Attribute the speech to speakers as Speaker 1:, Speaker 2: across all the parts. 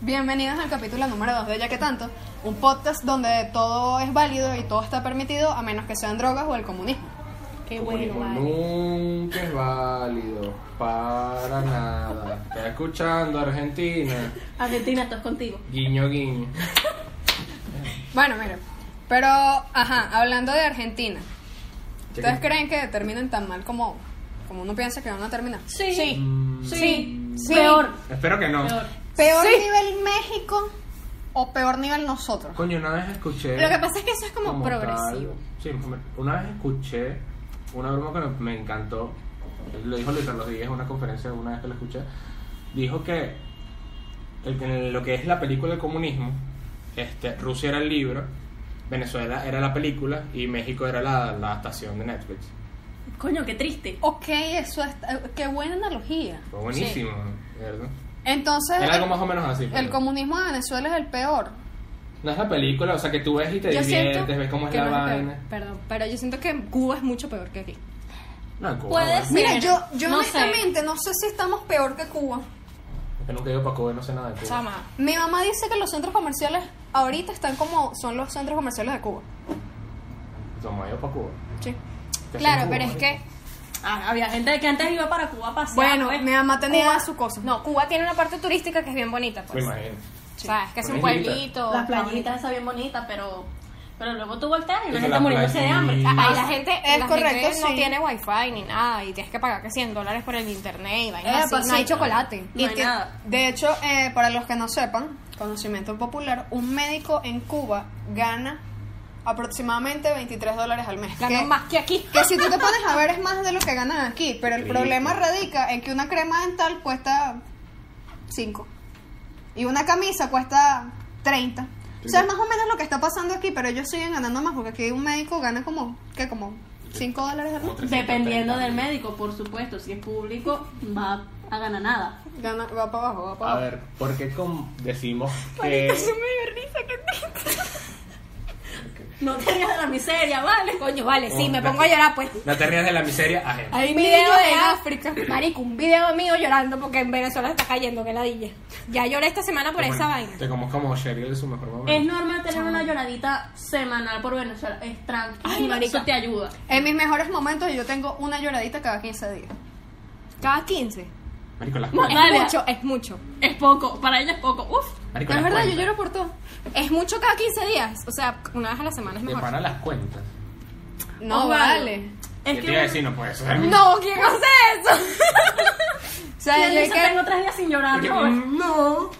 Speaker 1: Bienvenidos al capítulo número 2 de Ya que tanto, un podcast donde todo es válido y todo está permitido a menos que sean drogas o el comunismo.
Speaker 2: Qué
Speaker 3: Comunismo
Speaker 2: bueno, vale.
Speaker 3: nunca es válido, para nada. Está escuchando Argentina.
Speaker 2: Argentina, estás contigo.
Speaker 3: Guiño, guiño.
Speaker 1: Bueno, mira, pero, ajá, hablando de Argentina, ¿ustedes
Speaker 3: Chequen.
Speaker 1: creen que terminen tan mal como, como uno piensa que van a terminar?
Speaker 2: Sí. Sí.
Speaker 3: Mm,
Speaker 1: Sí.
Speaker 2: Peor.
Speaker 3: Espero que no.
Speaker 2: Peor.
Speaker 1: ¿Peor
Speaker 2: Sí.
Speaker 1: nivel México o peor nivel nosotros?
Speaker 3: Coño, una vez escuché.
Speaker 1: Lo que pasa es que eso es como,
Speaker 3: como
Speaker 1: progresivo.
Speaker 3: tal- Sí, una vez escuché una broma que me- me encantó. Lo dijo Luis Carlos Díaz en una conferencia, una vez que lo escuché. Dijo que el- en lo que es la película del comunismo, este, Rusia era el libro, Venezuela era la película y México era la, la adaptación de Netflix.
Speaker 2: Coño, qué triste.
Speaker 1: Ok, eso está, qué buena analogía.
Speaker 3: Fue buenísimo, ¿verdad?
Speaker 1: Entonces,
Speaker 3: Era algo
Speaker 1: el,
Speaker 3: más o menos así.
Speaker 1: el
Speaker 3: pero-
Speaker 1: comunismo de Venezuela es el peor.
Speaker 3: No es la película, o sea, que tú ves y te
Speaker 1: Yo siento
Speaker 3: diviertes, ves cómo es
Speaker 1: que
Speaker 3: la
Speaker 1: no peor.
Speaker 3: vaina.
Speaker 1: Perdón, pero yo siento que Cuba es mucho peor que aquí.
Speaker 3: No, en Cuba,
Speaker 2: Puede
Speaker 3: bueno.
Speaker 2: ser.
Speaker 1: Mira, yo, yo
Speaker 2: No sé.
Speaker 1: honestamente no sé si estamos peor que Cuba.
Speaker 3: Yo nunca he ido para Cuba y no sé nada de Cuba.
Speaker 2: Chama.
Speaker 1: Mi mamá dice que los centros comerciales ahorita están como son los centros comerciales de Cuba.
Speaker 3: Toma, yo para Cuba.
Speaker 1: Sí.
Speaker 3: ¿Qué
Speaker 1: Claro,
Speaker 3: hacen en
Speaker 1: pero es
Speaker 3: Cuba,
Speaker 1: que
Speaker 2: Ah, había gente que antes iba para Cuba a pasear. pues,
Speaker 1: bueno,
Speaker 2: ¿ves?
Speaker 1: mi mamá tenía
Speaker 4: Cuba-
Speaker 1: su cosa.
Speaker 4: No, Cuba tiene una parte turística que es bien bonita,
Speaker 3: Me
Speaker 4: pues.
Speaker 3: imagino.
Speaker 4: ¿Sabes? Que es un
Speaker 3: Bonita.
Speaker 4: pueblito.
Speaker 2: Las playitas esas bien bonitas, pero, pero luego tú volteas
Speaker 3: Es
Speaker 2: y
Speaker 3: que
Speaker 2: la gente
Speaker 3: las
Speaker 2: muriéndose de hambre.
Speaker 3: playitas.
Speaker 4: Ahí la gente,
Speaker 1: Es
Speaker 4: la
Speaker 1: correcto,
Speaker 4: gente
Speaker 1: sí.
Speaker 4: no tiene wifi ni nada y tienes que pagar que 100 dólares por el internet y vainas
Speaker 1: Eh,
Speaker 4: así.
Speaker 1: pues
Speaker 4: No hay
Speaker 1: sí.
Speaker 4: chocolate.
Speaker 2: No hay
Speaker 1: que-
Speaker 2: nada.
Speaker 1: De hecho, eh, para los que no sepan, conocimiento popular, un médico en Cuba gana aproximadamente 23 dólares al mes.
Speaker 4: Ganan
Speaker 1: que-
Speaker 4: más que aquí.
Speaker 1: Que si tú te pones a ver es más de lo que ganan aquí, pero el
Speaker 3: Sí.
Speaker 1: problema radica en que una crema dental cuesta 5 y una camisa cuesta 30. O sea, es más o menos lo que está pasando aquí, pero ellos siguen ganando más porque aquí un médico gana como, ¿qué? Como 5 dólares al mes.
Speaker 3: Como 330.
Speaker 2: Dependiendo del médico, por supuesto. Si es público, va a ganar nada.
Speaker 1: Gana, va para abajo, va para
Speaker 3: A
Speaker 1: abajo.
Speaker 3: ver, ¿por qué com- decimos que
Speaker 2: No te rías de la miseria, ¿vale?
Speaker 4: Coño, vale, sí, me
Speaker 3: Hombre.
Speaker 4: pongo a llorar, pues.
Speaker 3: no te rías de la miseria ajena?
Speaker 4: Hay un
Speaker 1: Niños
Speaker 4: video de
Speaker 1: en
Speaker 4: África. Marico, un video mío llorando porque en Venezuela está cayendo, que ladilla. Ya lloré esta semana por
Speaker 3: Como-
Speaker 4: esa vaina.
Speaker 3: Te como como Cheryl en su mejor momento.
Speaker 2: Es normal tener una lloradita semanal por Venezuela. Es tranquilo.
Speaker 4: Ay, marica.
Speaker 2: eso te ayuda.
Speaker 1: En mis mejores momentos yo tengo una lloradita cada 15 días.
Speaker 4: Cada 15.
Speaker 3: Marico, las
Speaker 4: No,
Speaker 3: cuentas.
Speaker 2: Vale.
Speaker 4: es mucho, es mucho.
Speaker 2: Es poco. Para ella es poco. Uf.
Speaker 3: Marico,
Speaker 4: Es
Speaker 3: las
Speaker 4: verdad, yo
Speaker 3: cuentas.
Speaker 4: lloro por todo. Es mucho cada 15 días. O sea, una vez a la semana es
Speaker 3: De
Speaker 4: mejor.
Speaker 3: pana las cuentas.
Speaker 1: No
Speaker 2: Osvaldo.
Speaker 1: vale.
Speaker 2: Es
Speaker 3: Yo te iba
Speaker 2: que
Speaker 3: a
Speaker 2: uno-
Speaker 3: decir, no puede ser.
Speaker 4: No, ¿quién hace eso?
Speaker 1: O
Speaker 2: Y
Speaker 1: sea,
Speaker 2: él
Speaker 1: yo
Speaker 2: dice,
Speaker 1: que
Speaker 2: tengo tres días sin llorar,
Speaker 3: Porque,
Speaker 2: joven.
Speaker 3: mm, no.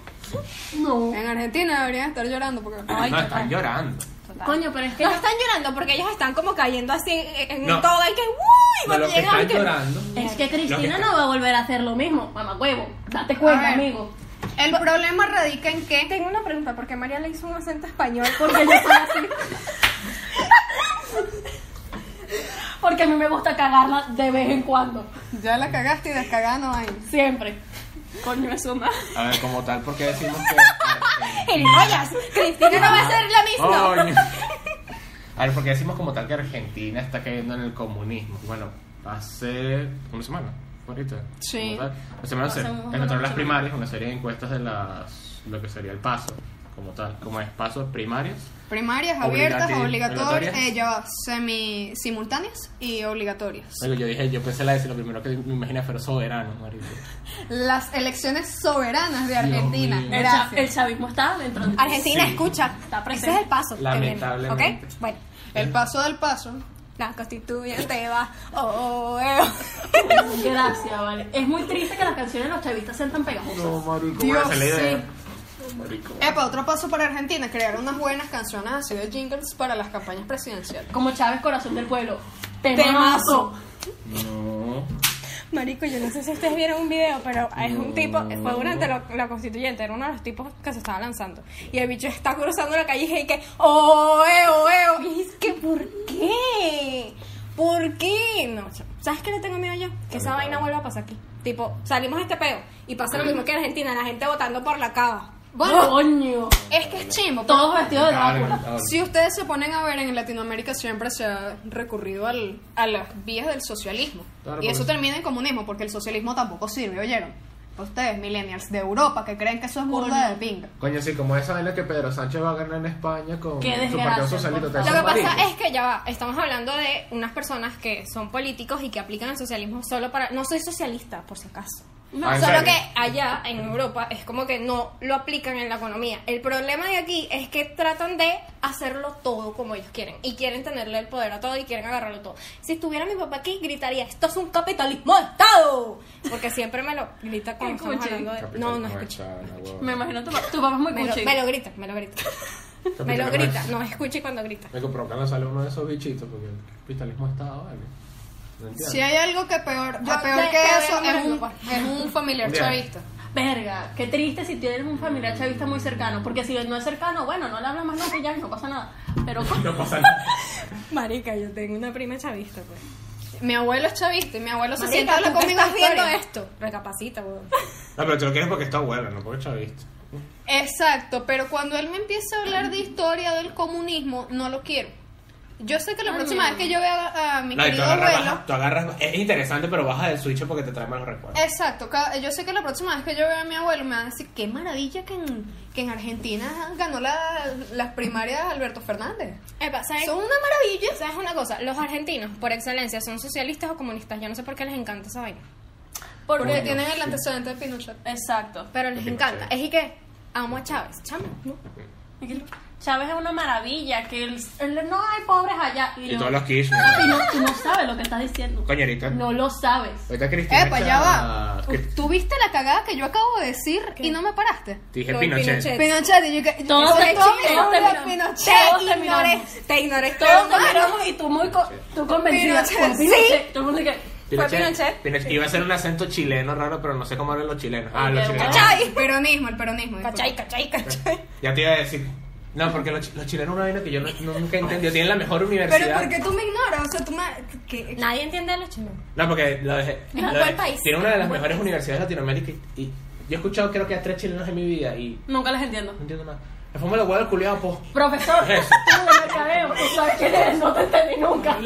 Speaker 3: No.
Speaker 1: en Argentina deberían estar llorando porque
Speaker 2: Ay,
Speaker 3: no,
Speaker 2: total.
Speaker 3: están llorando.
Speaker 2: Coño, pero es que
Speaker 4: No están llorando porque ellos están como cayendo así en, en
Speaker 3: No.
Speaker 4: todo y que uy,
Speaker 3: No,
Speaker 4: cuando
Speaker 3: los que
Speaker 4: llegan
Speaker 3: están
Speaker 4: que-
Speaker 3: llorando.
Speaker 2: es que
Speaker 3: Los que
Speaker 2: Cristina
Speaker 3: están-
Speaker 2: no va a volver a hacer lo mismo, mamá huevo. Date
Speaker 1: A
Speaker 2: cuenta,
Speaker 1: ver.
Speaker 2: amigo.
Speaker 1: el problema radica en que
Speaker 4: Tengo una pregunta, ¿por qué María le hizo un acento español?
Speaker 2: Porque yo soy así. Porque a mí me gusta cagarla de vez en cuando,
Speaker 1: ya la cagaste y descagada no hay.
Speaker 2: siempre. Coño, eso más.
Speaker 3: A ver, como tal, ¿por qué decimos que.
Speaker 4: ¡Gilipollas! Cristina no va a ser la misma.
Speaker 3: Coño. A ver, porque decimos como tal que Argentina está cayendo en el comunismo. Bueno, hace una semana, ahorita.
Speaker 1: Sí.
Speaker 3: Como tal, Una semana
Speaker 2: Hace
Speaker 3: se
Speaker 2: una
Speaker 3: encontraron las
Speaker 2: semana.
Speaker 3: primarias, una serie de encuestas de las, lo que sería el paso, como tal. Como es paso primarias.
Speaker 1: Primarias abiertas,
Speaker 3: Obligati-
Speaker 1: obligatorias,
Speaker 3: obligatorias.
Speaker 1: eh, ya va, semi simultáneas y obligatorias.
Speaker 3: Oye, yo dije, yo pensé la de lo primero que me imaginé fue soberano, marico.
Speaker 1: Las elecciones soberanas de Argentina.
Speaker 3: mío.
Speaker 2: El,
Speaker 1: Gracias.
Speaker 2: cha- el chavismo está dentro de
Speaker 4: Argentina,
Speaker 3: Sí.
Speaker 4: escucha.
Speaker 2: Está presente.
Speaker 4: Ese es el paso. que
Speaker 3: Lamentablemente.
Speaker 4: viene, ¿Ok? Bueno.
Speaker 1: El paso del paso.
Speaker 4: La constituyente va. Oh, oh, eh, oh.
Speaker 2: Gracias, vale. Es muy triste que las canciones de los chavistas sean tan pegajosas.
Speaker 3: marico.
Speaker 1: Dios,
Speaker 3: bueno, se le idea. Marico.
Speaker 1: Epa, otro paso para Argentina, crear unas buenas canciones así de jingles para las campañas presidenciales.
Speaker 2: Como Chávez, corazón del pueblo.
Speaker 4: Temazo.
Speaker 2: Temazo.
Speaker 3: No.
Speaker 4: Marico, yo no sé si ustedes vieron un video, pero es un tipo, fue durante lo- la constituyente, era uno de los tipos que se estaba lanzando. Y el bicho está cruzando la calle y dice que, oh, eh, oh, eh, oh". Y es que, ¿por qué? ¿Por qué? No, chamo. ¿sabes qué le tengo miedo yo? Que esa vaina vuelva a pasar aquí. Tipo, salimos de este peo y pasa lo mismo que en Argentina, la gente votando por la cava.
Speaker 1: Bueno,
Speaker 2: Coño.
Speaker 1: es que es chimbo. pero
Speaker 2: Todos vestidos de Drácula.
Speaker 3: Claro,
Speaker 1: Si ustedes se ponen a ver en Latinoamérica siempre se ha recurrido al, a las vías del socialismo.
Speaker 3: Claro,
Speaker 1: y
Speaker 3: por
Speaker 1: eso
Speaker 3: eso.
Speaker 1: termina en comunismo, porque el socialismo tampoco sirve, ¿oyeron? ustedes, millennials de Europa, que creen que eso es burda de pinga.
Speaker 5: Coño, sí, como esa vaina que Pedro Sánchez va a ganar en España con
Speaker 2: Qué
Speaker 5: su
Speaker 2: desgracia,
Speaker 5: partido socialista.
Speaker 2: por
Speaker 5: ustedes
Speaker 4: Lo
Speaker 5: son
Speaker 4: que pasa
Speaker 5: maricos.
Speaker 4: es que ya va, estamos hablando de unas personas que son políticos y que aplican el socialismo solo para... No soy socialista, por si acaso.
Speaker 5: Ah, ¿en
Speaker 4: Solo
Speaker 5: serio?
Speaker 4: que allá en Europa es como que no lo aplican en la economía. El problema de aquí es que tratan de hacerlo todo como ellos quieren y quieren tenerle el poder a todo y quieren agarrarlo todo. Si estuviera mi papá aquí gritaría, "Esto es un capitalismo de estado", porque siempre me lo grita cuando estamos
Speaker 2: Escuche.
Speaker 4: hablando de... No, no escuché.
Speaker 2: Me imagino tu, pa- tu papá es muy
Speaker 4: Me lo,
Speaker 2: cuchi.
Speaker 4: me lo grita, me lo grita. Me lo grita, no escuche cuando grita.
Speaker 5: Me compró que no sale uno de esos bichitos porque el capitalismo está, vale. No entiendo.
Speaker 1: Si hay algo que peor,
Speaker 4: Ah,
Speaker 1: que peor
Speaker 4: ve-
Speaker 1: que
Speaker 4: ve-
Speaker 1: eso
Speaker 4: ve-
Speaker 1: es un,
Speaker 4: ve-
Speaker 1: es un familiar
Speaker 5: Ya.
Speaker 1: chavista.
Speaker 2: Verga, qué triste si tienes un familiar chavista muy cercano. Porque si no es cercano, bueno, no le hablas más nunca y ya no pasa nada. Pero
Speaker 3: No pasa nada.
Speaker 4: Marica, yo tengo una prima chavista, pues.
Speaker 1: Mi abuelo es chavista y mi abuelo se
Speaker 4: Marica,
Speaker 1: sienta a hablar
Speaker 4: ¿tú qué
Speaker 1: conmigo
Speaker 4: estás viendo
Speaker 1: historia.
Speaker 4: esto? Recapacita, weón.
Speaker 3: No, pero tú lo quieres porque está buena, no porque chavista.
Speaker 1: Exacto, pero cuando él me empieza a hablar de historia del comunismo, no lo quiero. Yo sé que
Speaker 2: Ah,
Speaker 1: la próxima vez que yo vea a, a mi
Speaker 3: No, y tú
Speaker 1: querido
Speaker 3: agarras,
Speaker 1: abuelo,
Speaker 3: bajas- tú agarras, es interesante, pero baja del switch porque te trae malos recuerdos.
Speaker 1: Exacto, ca- yo sé que la próxima vez que yo vea a mi abuelo me van a decir, qué maravilla que en, que en Argentina ganó la- las primarias Alberto Fernández.
Speaker 4: Epa, ¿sabes?
Speaker 1: Son una maravilla.
Speaker 4: ¿Sabes una cosa? Los argentinos, por excelencia, son socialistas o comunistas. Yo no sé por qué les encanta esa vaina.
Speaker 1: Porque
Speaker 3: Bueno,
Speaker 1: tienen el
Speaker 3: sí.
Speaker 1: antecedente de Pinochet.
Speaker 2: Exacto.
Speaker 4: Pero les
Speaker 3: Porque no
Speaker 4: encanta.
Speaker 3: sé.
Speaker 4: Es y que amo a Chávez. Chame, ¿no?
Speaker 2: Chávez es una maravilla, que el- el- no hay pobres allá. Y,
Speaker 3: Y
Speaker 2: yo,
Speaker 3: todos los Kirchner.
Speaker 2: Papi, no, tú no sabes lo que estás diciendo.
Speaker 3: Coño, ahorita.
Speaker 2: No lo sabes.
Speaker 5: Ahorita Cristina.
Speaker 1: Epa, ya
Speaker 5: echa-
Speaker 1: va.
Speaker 5: Cri-
Speaker 1: Tuviste la cagada que yo acabo de decir y no me paraste.
Speaker 3: Dije
Speaker 4: Lo de
Speaker 3: Pinochet.
Speaker 4: Pinochet.
Speaker 1: Pinochet, y yo que.
Speaker 2: Todos
Speaker 1: yo- todo mi
Speaker 2: te- todos te
Speaker 1: novio es
Speaker 2: miramos.
Speaker 1: Pinochet,
Speaker 2: Todos te
Speaker 1: ignoré.
Speaker 2: miramos.
Speaker 4: Te ignoré.
Speaker 2: Todos
Speaker 4: Todo
Speaker 2: te
Speaker 4: mal.
Speaker 2: miramos y tú muy co- tú convencida.
Speaker 1: Pinochet,
Speaker 2: Con
Speaker 1: sí.
Speaker 2: Pinochet. Todo el mundo que...
Speaker 4: Fue Pinochet.
Speaker 3: Pinochet. Iba a ser un acento chileno raro, pero no sé cómo hablan los chilenos. Ah, los
Speaker 2: Ok,
Speaker 3: chilenos.
Speaker 2: bueno.
Speaker 1: Ay, el peronismo, el peronismo. disculpa.
Speaker 4: Cachai, cachai, cachai.
Speaker 3: Ya te iba a decir. No, porque los, chi- los chilenos una vaina que yo no- nunca he entendido. Tienen la mejor universidad.
Speaker 1: Pero porque tú me ignoras, o sea, tú me. que-
Speaker 4: Nadie entiende a los chinos.
Speaker 3: No, porque lo dejé.
Speaker 4: Es
Speaker 3: lo
Speaker 4: un
Speaker 3: de-
Speaker 4: buen país.
Speaker 3: Tiene una de las
Speaker 4: Un buen
Speaker 3: mejores
Speaker 4: país.
Speaker 3: universidades de Latinoamérica y, y yo he escuchado creo que a tres chilenos en mi vida y
Speaker 2: Nunca las entiendo.
Speaker 3: no entiendo nada. Me fumo la hueá del culiao, po.
Speaker 2: Profesor, tú de mercadeo, tú sabes quién eres, no te entendí nunca.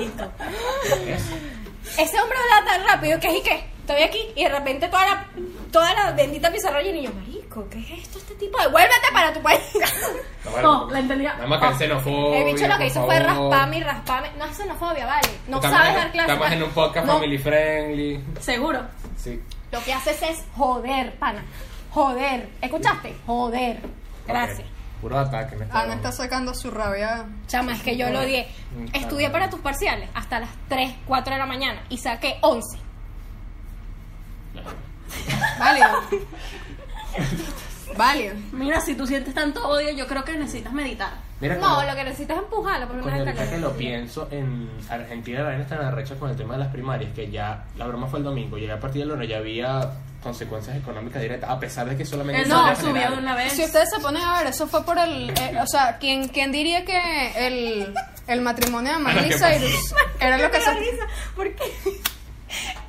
Speaker 4: Ese hombre habla tan rápido que es y que estoy aquí y de repente toda la, toda la bendita pizarra llena y yo, marico, ¿qué es esto? Este tipo, devuélvete para tu país.
Speaker 2: No, la entendía.
Speaker 3: Nada más que xenofobia.
Speaker 4: El bicho Oh, lo que
Speaker 3: por
Speaker 4: hizo fue
Speaker 3: favor.
Speaker 4: raspame y raspame. No, eso no es fobia, vale. No
Speaker 3: Estamos
Speaker 4: sabes
Speaker 3: en-
Speaker 4: dar clases.
Speaker 3: Estamos
Speaker 4: vale.
Speaker 3: en un podcast
Speaker 4: No,
Speaker 3: family friendly.
Speaker 2: Seguro.
Speaker 3: Sí.
Speaker 4: Lo que haces es joder, pana. Joder. ¿Escuchaste? Joder. Gracias. Ah,
Speaker 3: Ok. Puro ataque. en esta
Speaker 1: Ana
Speaker 3: broma.
Speaker 1: Ah, está sacando su rabia.
Speaker 4: Chama, es que yo lo odié.
Speaker 3: Mm,
Speaker 4: Estudié
Speaker 3: claro.
Speaker 4: para tus parciales hasta las 3, 4 de la mañana y saqué 11.
Speaker 1: Válido. Válido.
Speaker 2: Mira, si tú sientes tanto odio, yo creo que necesitas meditar.
Speaker 3: Mira
Speaker 4: No,
Speaker 3: cómo-
Speaker 4: lo que necesitas es empujarlo por lo
Speaker 3: Coño,
Speaker 4: menos
Speaker 3: ahorita que lo
Speaker 4: escalera.
Speaker 3: pienso, en Argentina la vaina está en arrecha con el tema de las primarias, que ya la broma fue el domingo, y ya a partir del lunes ya había consecuencias económicas directas, a pesar de que solamente...
Speaker 4: Eh,
Speaker 2: Él
Speaker 3: se había
Speaker 2: Eh, no subió
Speaker 3: generado.
Speaker 2: de una vez.
Speaker 1: Si ustedes se ponen a ver, eso fue por el. eh, o sea, ¿quién, quién diría que el, el matrimonio de Miley
Speaker 3: Ah, ¿qué pasa?
Speaker 1: Cyrus era lo que
Speaker 4: Me da
Speaker 1: se.
Speaker 4: risa, porque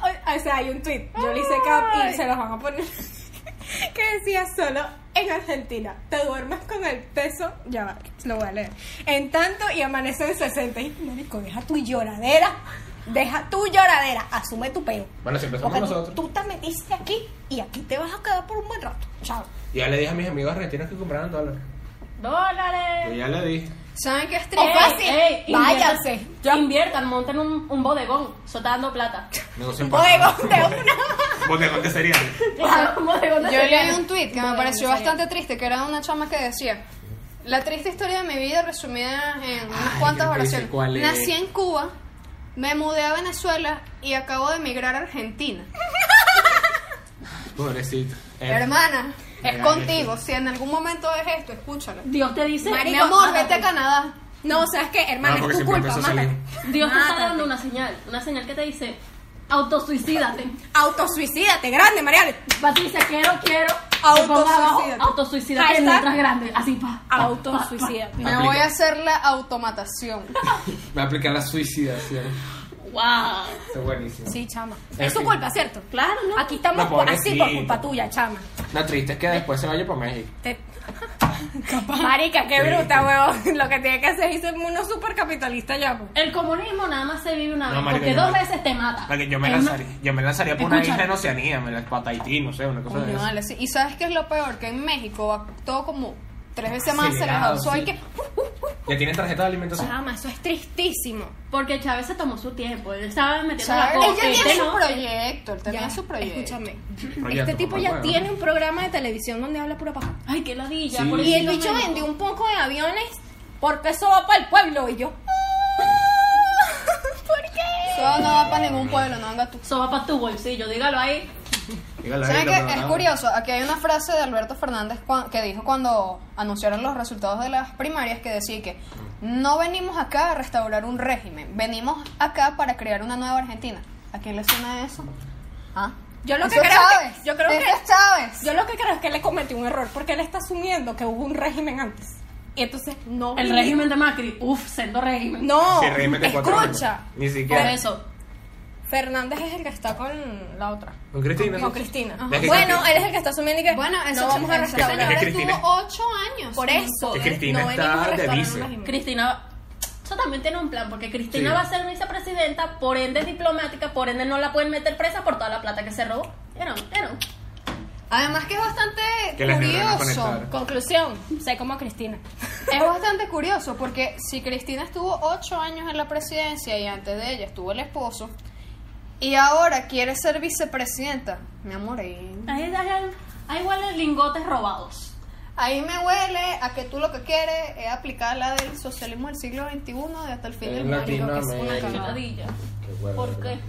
Speaker 4: o o sea hay un tweet yo le hice cap y se los van a poner que decía solo en Argentina te duermes con el peso ya va lo voy a leer en tanto y amanece en 60 y marico deja tu lloradera deja tu lloradera asume tu peo
Speaker 3: Bueno, siempre somos
Speaker 4: porque tú,
Speaker 3: nosotros.
Speaker 4: tú te metiste aquí y aquí te vas a quedar por un buen rato chao
Speaker 3: Y ya le dije a mis amigos argentinos que compraran dólares. Yo
Speaker 2: Dólares.
Speaker 3: ya le dije.
Speaker 1: ¿Saben qué es
Speaker 2: Oh,
Speaker 4: O
Speaker 1: triste?
Speaker 4: fácil,
Speaker 2: ey,
Speaker 4: váyanse.
Speaker 2: inviertan- Inviertan, monten un, un bodegón. Eso está dando plata.
Speaker 3: Negocio
Speaker 4: bodegón de una
Speaker 3: Bodegón de cereal.
Speaker 2: Claro, un bodegón de
Speaker 1: Yo leí
Speaker 2: cereales.
Speaker 1: un tweet que me
Speaker 4: Bueno,
Speaker 1: pareció
Speaker 4: está bien.
Speaker 1: bastante triste, que era de una chama que decía. La triste historia de mi vida resumida en unas
Speaker 3: Ay,
Speaker 1: cuantas
Speaker 3: creo que sé
Speaker 1: oraciones.
Speaker 3: cuál es.
Speaker 1: Nací en Cuba, me mudé a Venezuela y acabo de emigrar a Argentina.
Speaker 3: Pobrecito. Eh,
Speaker 1: Hermana, es
Speaker 3: Mira,
Speaker 1: contigo. Si en algún momento es esto, escúchalo.
Speaker 2: Dios te dice,
Speaker 1: Mi
Speaker 4: Marico,
Speaker 1: amor,
Speaker 2: mátate.
Speaker 1: vete a Canadá.
Speaker 4: no sabes qué hermano
Speaker 3: no, porque
Speaker 4: es tu
Speaker 3: siempre
Speaker 4: culpa
Speaker 3: empezó a salir.
Speaker 4: mátate
Speaker 2: Dios te está
Speaker 4: Mátate.
Speaker 2: dando una señal. Una señal que te dice, autosuicídate.
Speaker 3: Ah,
Speaker 4: autosuicídate grande Mariale
Speaker 2: Patricia, quiero, quiero.
Speaker 4: Autosuicídate.
Speaker 2: Te pongas abajo, Autosuicídate en
Speaker 4: Hashtag.
Speaker 2: letras grandes. Así, pa. pa,
Speaker 4: Autosuicídate.
Speaker 1: Me
Speaker 3: Aplica.
Speaker 1: voy a hacer la automatación.
Speaker 3: Me aplicar la suicidación.
Speaker 2: pa. Wow.
Speaker 3: Está buenísimo.
Speaker 4: Sí, chama.
Speaker 3: En
Speaker 4: Es su
Speaker 3: fin.
Speaker 4: culpa, ¿cierto?
Speaker 2: Claro, ¿no?
Speaker 4: Aquí estamos
Speaker 3: Eh. No,
Speaker 4: por-
Speaker 3: pobrecito.
Speaker 4: así por culpa tuya, chama. Eh,
Speaker 3: Lo triste es que después se vaya para México.
Speaker 4: Te- Marica, qué bruta, huevón. Lo que tiene que hacer es ser uno súper capitalista ya, pues.
Speaker 2: El comunismo nada más se vive una
Speaker 6: No,
Speaker 2: vez,
Speaker 6: marica,
Speaker 2: porque
Speaker 6: yo
Speaker 2: dos
Speaker 6: no.
Speaker 2: veces te mata.
Speaker 6: Para que yo me
Speaker 2: Es una-
Speaker 6: lanzaría, yo me lanzaría por una
Speaker 2: Escucha.
Speaker 6: isla en Oceanía, me la para Tahití, no sé, una cosa de
Speaker 1: Coño,
Speaker 6: eso.
Speaker 1: vale, sí. Y sabes qué es lo peor, que en México va todo como tres veces más
Speaker 6: Acelerado,
Speaker 1: acelerado. So,
Speaker 6: sí.
Speaker 1: hay que.
Speaker 6: Ya tienen tarjeta de alimentación.
Speaker 4: Chama, Ah, eso es tristísimo.
Speaker 2: Porque Chávez se tomó su tiempo, él estaba metiendo
Speaker 1: Ella
Speaker 2: la posta,
Speaker 1: tiene
Speaker 2: este
Speaker 1: su
Speaker 2: no.
Speaker 1: proyecto, él tenía
Speaker 4: Ya,
Speaker 1: su proyecto.
Speaker 4: Escúchame.
Speaker 6: Proyecto,
Speaker 4: este tipo
Speaker 6: papá,
Speaker 4: ya
Speaker 6: bueno.
Speaker 4: tiene un programa de televisión donde habla pura paja.
Speaker 2: Ay, qué ladilla.
Speaker 6: Sí.
Speaker 2: por
Speaker 4: Y
Speaker 2: eso
Speaker 4: el
Speaker 2: no
Speaker 4: bicho
Speaker 2: me-
Speaker 4: vendió un poco de aviones porque eso va para el pueblo. Y yo, ¿por qué?
Speaker 1: Eso no va para ningún pueblo, no anda tú.
Speaker 2: Eso va para tu bolsillo, dígalo ahí.
Speaker 6: Dígale,
Speaker 1: ¿Sabes
Speaker 6: dígale,
Speaker 1: qué? Es
Speaker 6: no,
Speaker 1: curioso, aquí hay una frase de Alberto Fernández cua- que dijo cuando anunciaron los resultados de las primarias que decía que no venimos acá a restaurar un régimen, venimos acá para crear una nueva Argentina. ¿A quién le suena eso? ¿Ah?
Speaker 4: Yo lo que
Speaker 1: Eso es
Speaker 4: creo que-
Speaker 1: Chávez.
Speaker 4: yo creo
Speaker 1: Eso
Speaker 4: que-
Speaker 1: es Chávez.
Speaker 4: Yo lo que creo es que le cometió un error porque él está asumiendo que hubo un régimen antes. Y entonces no.
Speaker 2: El régimen de Macri, uff, sendo régimen.
Speaker 4: No.
Speaker 6: Sí, régimen de cuatro
Speaker 4: escucha.
Speaker 6: años. Ni
Speaker 2: Por
Speaker 6: siquiera.
Speaker 2: eso.
Speaker 4: Fernández es el que está con la otra.
Speaker 6: Con Cristina.
Speaker 4: Con
Speaker 6: sí.
Speaker 4: Cristina.
Speaker 6: Ajá. Es que
Speaker 4: Bueno,
Speaker 6: Cristina-
Speaker 4: él es el que está asumiendo y que
Speaker 1: Bueno, eso
Speaker 4: no vamos a
Speaker 1: esa
Speaker 4: restaurar.
Speaker 6: Es
Speaker 1: señora
Speaker 6: que Cristina-
Speaker 1: estuvo ocho años.
Speaker 4: Por eso.
Speaker 6: que
Speaker 4: eh,
Speaker 6: Cristina
Speaker 4: no
Speaker 6: está
Speaker 4: venimos a
Speaker 6: de
Speaker 4: restaurar
Speaker 6: vice.
Speaker 4: un régimen.
Speaker 2: Cristina, eso también tiene un plan, porque Cristina
Speaker 6: Sí.
Speaker 2: va a ser vicepresidenta, por ende es diplomática, por ende no la pueden meter presa por toda la plata que se robó. Era, era.
Speaker 1: Además que es bastante
Speaker 6: Que las neuronas
Speaker 1: curioso.
Speaker 6: conectadas.
Speaker 4: Conclusión, sé como Cristina.
Speaker 1: Es bastante curioso porque si Cristina estuvo ocho años en la presidencia y antes de ella estuvo el esposo y ahora quiere ser vicepresidenta, mi amor, ahí,
Speaker 2: Ahí, ahí- ahí huelen lingotes robados.
Speaker 1: ahí me huele a que tú lo que quieres es aplicar la del socialismo del siglo XXI de hasta el fin
Speaker 3: En
Speaker 1: del mundo. que es una
Speaker 3: Latinoamérica.
Speaker 2: Qué
Speaker 1: cagada.
Speaker 2: ladilla.
Speaker 3: Qué hueva,
Speaker 2: ¿Por
Speaker 3: ¿verdad?
Speaker 2: qué?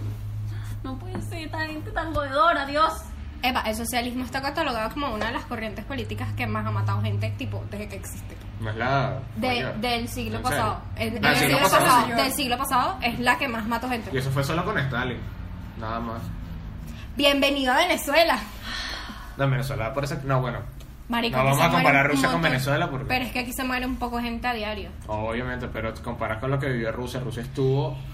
Speaker 2: No puede ser, esta gente tan jodedora, Dios.
Speaker 4: Epa, el socialismo está catalogado como una de las corrientes políticas que más ha matado gente, tipo, desde que existe.
Speaker 6: No es la.
Speaker 4: De-
Speaker 6: Oiga.
Speaker 4: del siglo
Speaker 6: ¿En
Speaker 4: pasado.
Speaker 6: serio?
Speaker 4: El-
Speaker 6: Ah,
Speaker 4: el
Speaker 6: sí,
Speaker 4: siglo
Speaker 6: no pasado,
Speaker 4: pasado-
Speaker 6: sí.
Speaker 4: Del siglo pasado es la que más mató gente.
Speaker 6: Y eso fue solo con Stalin. Nada más.
Speaker 4: Bienvenido a Venezuela.
Speaker 6: No, en Venezuela parece que. No, bueno.
Speaker 4: Marico,
Speaker 6: No
Speaker 4: aquí
Speaker 6: vamos
Speaker 4: se
Speaker 6: a comparar
Speaker 4: muere un
Speaker 6: Rusia con
Speaker 4: montón.
Speaker 6: Venezuela porque-
Speaker 4: Pero es que aquí se muere un poco gente a diario.
Speaker 6: Obviamente, pero comparas con lo que vivió Rusia. Rusia estuvo.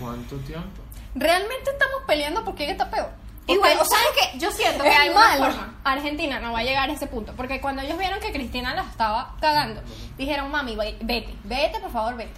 Speaker 6: ¿Cuánto tiempo?
Speaker 1: Realmente estamos peleando porque ella está peor. Porque,
Speaker 4: Igual,
Speaker 1: o sea,
Speaker 4: ¿sabes qué? Yo siento que
Speaker 1: es
Speaker 4: hay una
Speaker 1: malo.
Speaker 4: forma. Argentina no va a llegar a ese punto. Porque cuando ellos vieron que Cristina la estaba cagando, dijeron, mami, ve- vete, vete, por favor, vete.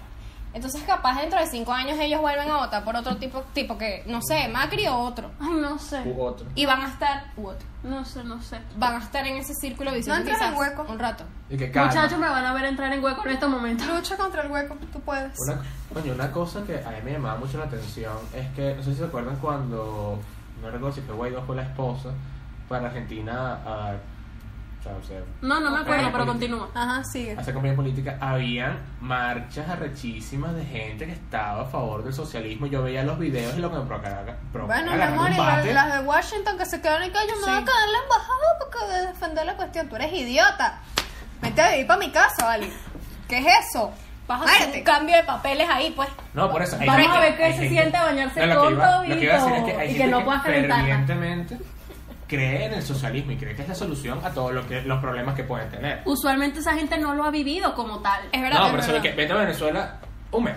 Speaker 4: Entonces, capaz dentro de cinco años ellos vuelven a votar por otro tipo, tipo que, no sé, Macri o otro.
Speaker 2: Ay, no sé.
Speaker 3: U otro.
Speaker 4: Y van a estar, u otro.
Speaker 2: No sé, no sé.
Speaker 4: Van a estar en ese círculo
Speaker 1: No
Speaker 4: vicioso
Speaker 1: entras
Speaker 4: quizás
Speaker 1: en hueco.
Speaker 4: un rato.
Speaker 3: Y que calma.
Speaker 2: Muchachos me van a ver entrar en hueco en este momento.
Speaker 1: lucha contra el hueco, tú puedes.
Speaker 3: Una, coño, una cosa que a mí me llamaba mucho la atención es que, no sé si se acuerdan cuando, no recuerdo si fue Guaidó con la esposa, para Argentina a, o sea, o sea,
Speaker 2: No, no me acuerdo,
Speaker 3: Ok.
Speaker 2: pero continúa.
Speaker 1: Ajá, sigue.
Speaker 3: hacer campaña política, habían marchas arrechísimas de gente que estaba a favor del socialismo. Yo veía los videos y lo que me provocaba. provocaba
Speaker 1: Bueno, mi
Speaker 3: agarrar
Speaker 1: amor,
Speaker 3: un
Speaker 1: y las,
Speaker 3: bate.
Speaker 1: las de Washington que se quedaron en calle, me
Speaker 4: Sí.
Speaker 1: van a quedar en la embajada porque de defender la cuestión. Tú eres idiota. Vete a vivir para mi casa, ¿vale? ¿Qué es eso?
Speaker 4: Vas a hacer un
Speaker 1: Muérete.
Speaker 4: cambio de papeles ahí, pues.
Speaker 3: No, por eso. hay
Speaker 2: Vamos
Speaker 3: gente-
Speaker 2: a ver qué
Speaker 3: hay
Speaker 2: se
Speaker 3: gente-
Speaker 2: siente bañarse
Speaker 3: No, lo que
Speaker 2: con
Speaker 3: iba- lo que iba a decir es
Speaker 2: tobito
Speaker 3: hay
Speaker 2: y que
Speaker 3: gente
Speaker 2: no puedas calentarla.
Speaker 3: fervientemente cree en el socialismo y cree que es la solución a todos lo que- los problemas que pueden tener.
Speaker 2: Usualmente esa gente no lo ha vivido como tal.
Speaker 4: Es verdad.
Speaker 3: No,
Speaker 4: es
Speaker 3: pero eso
Speaker 4: verdad.
Speaker 3: es que vete a Venezuela un mes.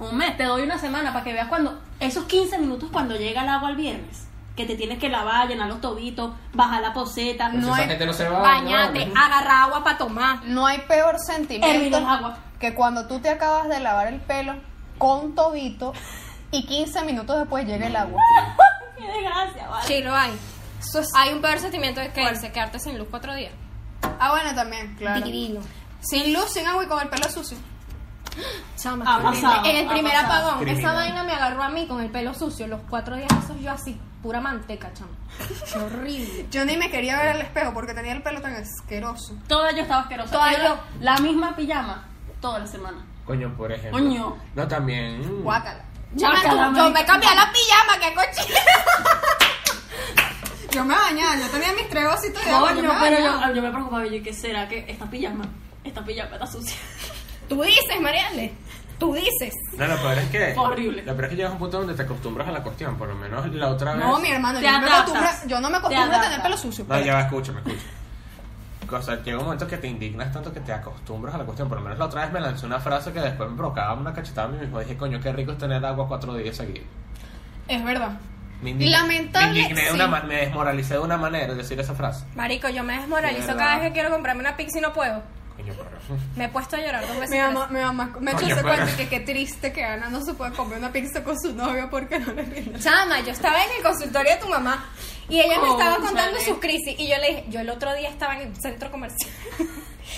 Speaker 2: Un mes, te doy una semana para que veas cuando. Esos 15 minutos cuando llega el agua el viernes. Que te tienes que lavar, llenar los tobitos, bajar la poseta,
Speaker 3: Pues
Speaker 2: no
Speaker 3: esa
Speaker 2: hay-
Speaker 3: gente no se va
Speaker 4: Bañate, Ah.
Speaker 3: no,
Speaker 4: agarra agua para tomar.
Speaker 1: No hay peor
Speaker 2: Hervir
Speaker 1: sentimiento
Speaker 2: el agua.
Speaker 1: que cuando tú te acabas de lavar el pelo con tobito y 15 minutos después llega el agua.
Speaker 2: ¡Qué desgracia, vale!
Speaker 4: Sí, lo hay. Hay un peor sentimiento de que se quedarte sin luz cuatro días.
Speaker 1: Ah, bueno, también, claro.
Speaker 4: Divino.
Speaker 1: Sin luz, sin agua y con el pelo sucio.
Speaker 4: Chama,
Speaker 2: Ha
Speaker 4: qué horrible.
Speaker 2: pasado,
Speaker 4: en el
Speaker 2: ha
Speaker 4: primer
Speaker 2: pasado.
Speaker 4: apagón, esa
Speaker 3: Criminal.
Speaker 4: vaina me agarró a mí con el pelo sucio. Los cuatro días esos yo así, pura manteca, chama. Qué horrible.
Speaker 1: Yo ni me quería ver al espejo porque tenía el pelo tan asqueroso.
Speaker 2: Toda yo estaba asquerosa.
Speaker 4: Toda
Speaker 2: Era
Speaker 4: yo.
Speaker 2: La misma pijama toda la semana.
Speaker 3: Coño, por ejemplo.
Speaker 2: Coño.
Speaker 3: No, también.
Speaker 1: Guácala.
Speaker 4: Yo me,
Speaker 2: Guácala,
Speaker 4: yo me
Speaker 2: marica.
Speaker 4: cambié la pijama, qué cochina.
Speaker 1: Yo me bañaba, yo tenía mis tres ositos de agua.
Speaker 2: Coño,
Speaker 1: me
Speaker 2: pero
Speaker 1: bañaba.
Speaker 2: yo, yo me preocupaba. Yo, ¿qué será que esta pijama? Esta pijama está sucia.
Speaker 4: Tú dices, Mariale. Tú dices.
Speaker 3: No, lo peor es que.
Speaker 2: Fue horrible.
Speaker 3: Lo peor es que llegas a un punto donde te acostumbras a la cuestión. Por lo menos la otra vez.
Speaker 1: No, mi hermano,
Speaker 2: Te
Speaker 1: yo no, me
Speaker 2: adaptas.
Speaker 1: acostumbro, yo no me
Speaker 2: Te
Speaker 1: acostumbro a tener
Speaker 2: adaptas.
Speaker 1: pelo sucio.
Speaker 3: No, ya va, escúchame, escúchame. O sea, llega un momento que te indignas tanto que te acostumbras a la cuestión. Por lo menos la otra vez me lancé una frase que después me provocaba una cachetada a mí mismo. Dije, coño, qué rico es tener agua cuatro días seguidos.
Speaker 1: Es verdad.
Speaker 3: Me indigné.
Speaker 1: Lamentable,
Speaker 3: Me, indigné de
Speaker 1: sí.
Speaker 3: una ma- me desmoralicé de una manera de decir esa frase.
Speaker 4: Marico, yo me desmoralizo
Speaker 3: De verdad.
Speaker 4: cada vez que quiero comprarme una pizza y no puedo.
Speaker 3: Coño, perro.
Speaker 4: Me he puesto a llorar dos veces.
Speaker 1: Mi mamá, mi mamá me ha hecho
Speaker 3: Coño,
Speaker 1: ese
Speaker 3: pero-
Speaker 1: cuento que qué triste que Ana no se puede comer una pizza con su novio porque no le brinda.
Speaker 4: Chama, yo estaba en el consultorio de tu mamá y ella me
Speaker 2: Oh,
Speaker 4: estaba contando
Speaker 2: chale.
Speaker 4: sus crisis y yo le dije, yo el otro día estaba en el centro comercial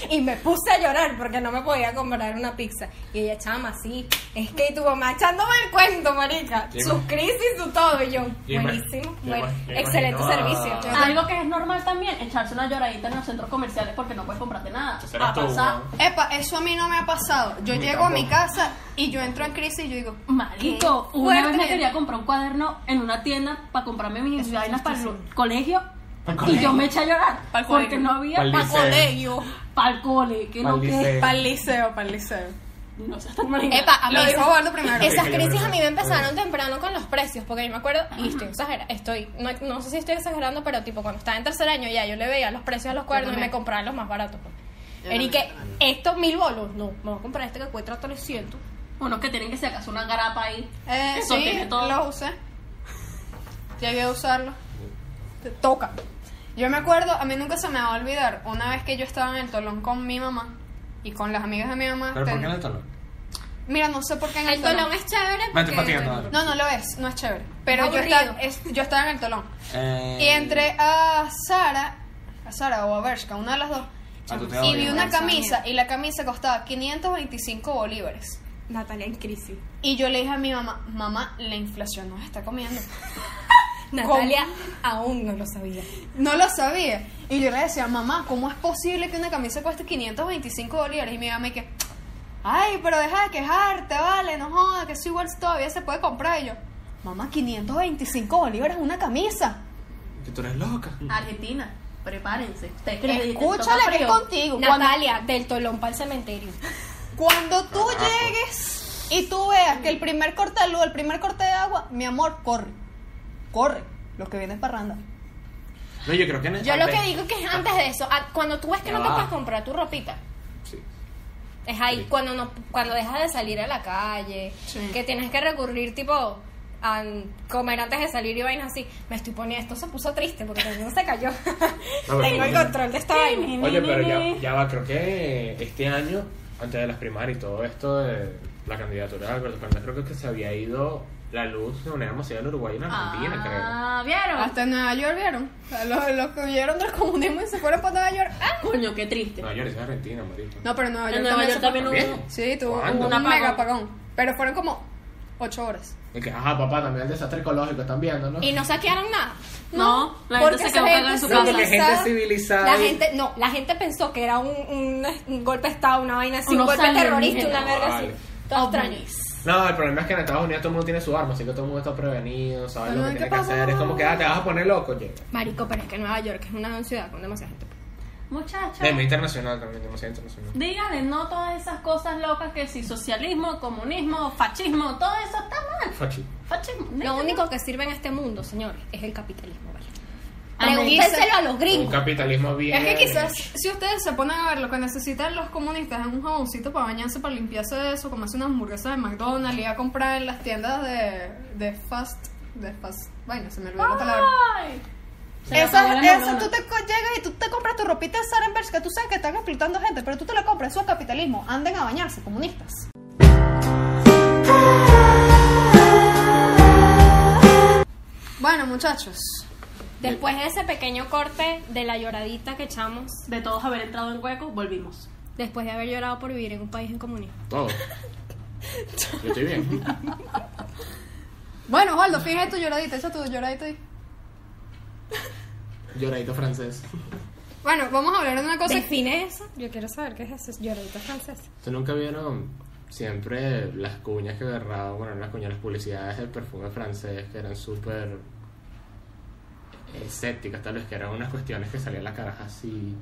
Speaker 4: y me puse a llorar porque no me podía comprar una pizza. Y ella, chama, sí, es que tu mamá echándome el cuento, marica,
Speaker 3: Y-
Speaker 4: sus crisis, su todo. Y yo,
Speaker 3: Y ima-
Speaker 4: buenísimo,
Speaker 3: y
Speaker 4: bueno,
Speaker 3: ima- y
Speaker 4: excelente
Speaker 3: imagino a-
Speaker 4: servicio.
Speaker 1: Yo-
Speaker 2: Algo que es normal también, echarse una lloradita en los centros comerciales porque no puedes comprarte nada.
Speaker 3: Ese eras
Speaker 2: Ha
Speaker 3: tú,
Speaker 2: pasado.
Speaker 3: weón.
Speaker 1: Epa, eso a mí no me ha pasado. Yo
Speaker 3: Ni
Speaker 1: llego a mi
Speaker 3: tampoco.
Speaker 1: casa y yo entro en crisis y yo digo,
Speaker 2: Marico,
Speaker 1: Qué
Speaker 2: una vez
Speaker 1: fuerte.
Speaker 2: me quería comprar un cuaderno en una tienda para comprarme mis vainas para el colegio
Speaker 3: Pa'l
Speaker 2: y
Speaker 3: colegio.
Speaker 2: yo me eché a llorar
Speaker 1: Pa'l
Speaker 2: porque
Speaker 1: colegio.
Speaker 2: no había
Speaker 3: Pa'l
Speaker 2: para
Speaker 3: liceo.
Speaker 1: colegio,
Speaker 2: el cole, que no que
Speaker 3: Maldicé.
Speaker 1: pa'l liceo, pa'l liceo.
Speaker 2: no seas tan marica.
Speaker 4: Epa, a mí
Speaker 1: Lo
Speaker 4: esas-
Speaker 1: dijo Eduardo primero.
Speaker 4: Esas
Speaker 3: Sí,
Speaker 4: crisis
Speaker 3: claro.
Speaker 4: a mí me empezaron temprano con los precios, porque yo me acuerdo, y estoy exagerando, estoy, no, no sé si estoy exagerando, pero tipo cuando estaba en tercer año ya yo le veía los precios a los cuernos y me
Speaker 1: también.
Speaker 4: compraba los más baratos. pues.
Speaker 1: Yo
Speaker 4: Eri, que
Speaker 1: también,
Speaker 4: estos mil bolos, no, me voy a comprar este que cuesta 300.
Speaker 2: Unos que tienen que si acaso una garapa ahí.
Speaker 1: Eh,
Speaker 2: Eso
Speaker 1: sí,
Speaker 2: tiene todo.
Speaker 1: lo usé. Llegué a usarlo.
Speaker 4: Te toca.
Speaker 1: Yo me acuerdo, a mí nunca se me va a olvidar, una vez que yo estaba en el tolón con mi mamá y con las amigas de mi mamá.
Speaker 3: ¿Pero por
Speaker 1: ten-
Speaker 3: qué en el talón?
Speaker 1: Mira, no sé por qué en el,
Speaker 4: El tolón es chévere.
Speaker 3: Me estoy
Speaker 4: porque-
Speaker 3: pateando, dale.
Speaker 1: No, no lo es, no es chévere. Pero
Speaker 4: Es
Speaker 1: yo
Speaker 4: aburrido.
Speaker 1: estaba, es- yo estaba en el tolón.
Speaker 3: Eh,
Speaker 1: Y entré a Sara, a Sara o a Bershka, una de las dos.
Speaker 3: A tu
Speaker 1: Y vi
Speaker 3: teoría.
Speaker 1: una camisa y la camisa costaba 525 bolívares.
Speaker 4: Natalia en crisis.
Speaker 1: Y yo le dije a mi mamá, mamá, la inflación nos está comiendo.
Speaker 4: Natalia aún no lo sabía.
Speaker 1: No lo sabía. Y yo le decía, mamá, ¿cómo es posible que una camisa cueste 525 bolívares? Y mi mamá y que, ay, pero deja de quejarte, vale, no jodas, que eso igual todavía se puede comprar. Y yo, mamá, 525 bolívares una camisa.
Speaker 3: Que tú eres loca.
Speaker 2: Argentina, prepárense. Ustedes que les dicen,
Speaker 1: Escúchala
Speaker 2: toca
Speaker 1: que es
Speaker 2: frío.
Speaker 1: contigo. Cuando,
Speaker 4: Natalia, del tolón para el cementerio.
Speaker 1: cuando tú
Speaker 2: Ah, pues.
Speaker 1: llegues y tú veas que el primer corte de luz, el primer corte de agua, mi amor, corre. Corre. Lo que viene es parranda.
Speaker 3: No, yo creo que no
Speaker 4: Yo lo que digo que es antes de eso, a- cuando tú ves que
Speaker 3: Ya
Speaker 4: no te
Speaker 3: va.
Speaker 4: puedes comprar tu ropita,
Speaker 3: Ah, Sí.
Speaker 4: Es ahí
Speaker 3: Sí.
Speaker 4: cuando no, cuando dejas de salir a la calle,
Speaker 1: Sí.
Speaker 4: que tienes que recurrir tipo a comer antes de salir y vainas así. Me estoy poniendo, esto se puso triste porque también se cayó.
Speaker 3: pero
Speaker 4: Tengo el
Speaker 3: no.
Speaker 4: control de esta vaina.
Speaker 3: Oye, pero ya, ya va, creo que este año, antes de las primarias y todo esto de la candidatura de Alberto Fernández, creo que se había ido la luz de manera masiva en Uruguay y en Argentina,
Speaker 2: Ah, ¿vieron?
Speaker 1: Hasta en Nueva York vieron. Los, los que huyeron del comunismo y se fueron para Nueva York. ¡Ah!
Speaker 2: Coño, qué triste.
Speaker 3: creo. No, yo le dije Argentina, marico.
Speaker 1: No, pero en Nueva
Speaker 2: En
Speaker 1: York
Speaker 2: Nueva
Speaker 1: también
Speaker 2: York
Speaker 1: se fue.
Speaker 2: también
Speaker 3: ¿También?
Speaker 2: hubo- Ah,
Speaker 1: Sí, tuvo
Speaker 3: ¿Cuándo?
Speaker 1: un
Speaker 2: Un apagón.
Speaker 1: mega apagón. Pero fueron como 8 horas.
Speaker 3: Y que, ajá, papá, también el desastre ecológico están viendo, ¿no?
Speaker 4: Y no saquearon nada.
Speaker 2: No, la gente
Speaker 1: porque
Speaker 2: se
Speaker 1: esa
Speaker 2: quedó cagada en
Speaker 1: gente
Speaker 2: su
Speaker 1: sí
Speaker 2: casa.
Speaker 1: que-
Speaker 3: gente civilizada.
Speaker 4: La
Speaker 3: y-
Speaker 4: gente, no, la gente pensó que era un, un, un golpe de estado, una vaina así, un
Speaker 2: Unos
Speaker 4: golpe
Speaker 2: alienígenas.
Speaker 4: terrorista, una verga así.
Speaker 3: Vale.
Speaker 4: Todo extraño.
Speaker 3: No, el problema es que en Estados Unidos todo el mundo tiene su arma, así que todo el mundo está prevenido, sabe
Speaker 1: Ay,
Speaker 3: lo que
Speaker 1: ¿qué
Speaker 3: tiene que
Speaker 1: pasa?
Speaker 3: hacer. Es como que, ah, te vas a poner loco, oye.
Speaker 4: Marico, pero es que Nueva York es una ciudad con demasiada gente.
Speaker 2: Muchachos.
Speaker 3: Tema internacional también, demasiado internacional.
Speaker 2: Díganle no todas esas cosas locas que si socialismo, comunismo, fascismo, todo eso está mal.
Speaker 3: Fachi.
Speaker 2: Fascismo.
Speaker 4: Lo
Speaker 2: díganle.
Speaker 4: único que sirve en este mundo, señores, es el capitalismo. ¿vale?
Speaker 2: Amén.
Speaker 4: Pregúntenselo a los
Speaker 3: Un
Speaker 4: gringos.
Speaker 3: capitalismo bien.
Speaker 1: Es que quizás si ustedes se ponen a ver lo que necesitan los comunistas es un jaboncito para bañarse, para limpiarse de eso, comerse una hamburguesa de McDonald's, ir a comprar en las tiendas de, de fast, de fast, bueno, se me olvidó la palabra.
Speaker 2: Ay. Se la
Speaker 1: Esa,
Speaker 2: probó la
Speaker 1: esa
Speaker 2: neurona.
Speaker 1: tú te co- llegas y tú te compras tu ropita de Sara en Bershka, tú sabes que están explotando gente, pero tú te la compras, eso es capitalismo, anden a bañarse, comunistas. Bueno, muchachos,
Speaker 4: Después de ese pequeño corte de la lloradita que echamos,
Speaker 2: De todos haber entrado en hueco, volvimos.
Speaker 4: después de haber llorado por vivir en un país en comunismo.
Speaker 3: Todo. Yo estoy bien.
Speaker 1: bueno, Osvaldo, fíjate tu lloradita, echa tu lloradita ahí.
Speaker 3: Lloradito francés.
Speaker 1: Bueno, vamos a hablar de una cosa que-
Speaker 4: Define eso. Yo quiero saber qué es eso. Lloradita francesa.
Speaker 3: ¿Ustedes nunca vieron siempre las cuñas que agarraban? Bueno, no las cuñas, las publicidades del perfume francés que eran súper escépticas, tal vez que eran unas cuestiones que salían las caras así,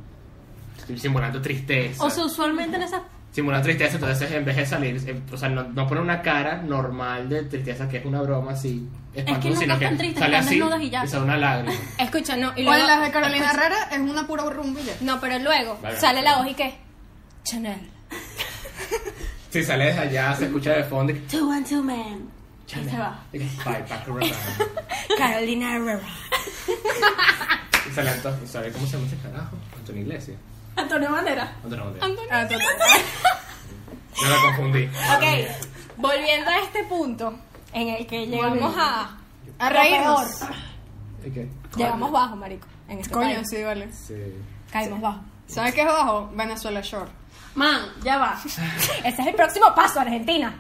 Speaker 3: simulando tristeza.
Speaker 2: O sea, usualmente en esas
Speaker 3: Simular tristeza, entonces en vez de salir, eh, o sea, no, no poner una cara normal de tristeza, que es una broma así, espantosa,
Speaker 2: no
Speaker 3: sino
Speaker 2: están
Speaker 3: que
Speaker 2: tristes,
Speaker 3: sale
Speaker 2: están
Speaker 3: así
Speaker 2: desnudas y ya.
Speaker 3: sale una lágrima.
Speaker 4: Escucha, no. Y
Speaker 1: O
Speaker 4: luego,
Speaker 1: en las de Carolina Herrera es una pura rumba y ya.
Speaker 4: No, pero luego
Speaker 3: Vale.
Speaker 4: sale la voz y qué. Chanel.
Speaker 3: Si sale desde allá, se escucha de fondo y-
Speaker 2: Two and Two Men. Y se va.
Speaker 3: Y que, Bye, Paco Rabanne.
Speaker 4: Carolina Herrera.
Speaker 3: Y sale Anto- y sale, ¿cómo se llama ese carajo? Antonio Iglesias.
Speaker 2: Antonio Bandera.
Speaker 3: Antonio Banderas.
Speaker 4: Antonio.
Speaker 1: Ah, total.
Speaker 3: Yo la confundí.
Speaker 4: Ok, volviendo a este punto en el que llegamos
Speaker 2: Volviendo.
Speaker 4: a.
Speaker 1: A reírnos.
Speaker 4: Lo peor.
Speaker 3: ¿Y qué?
Speaker 4: Llegamos bajo, marico. En este
Speaker 1: Coño,
Speaker 4: país.
Speaker 1: sí, vale.
Speaker 3: Sí.
Speaker 4: Caímos bajo.
Speaker 1: ¿Sabes qué es bajo? Venezuela Shore.
Speaker 2: Man, ya va.
Speaker 4: Ese es el próximo paso, Argentina.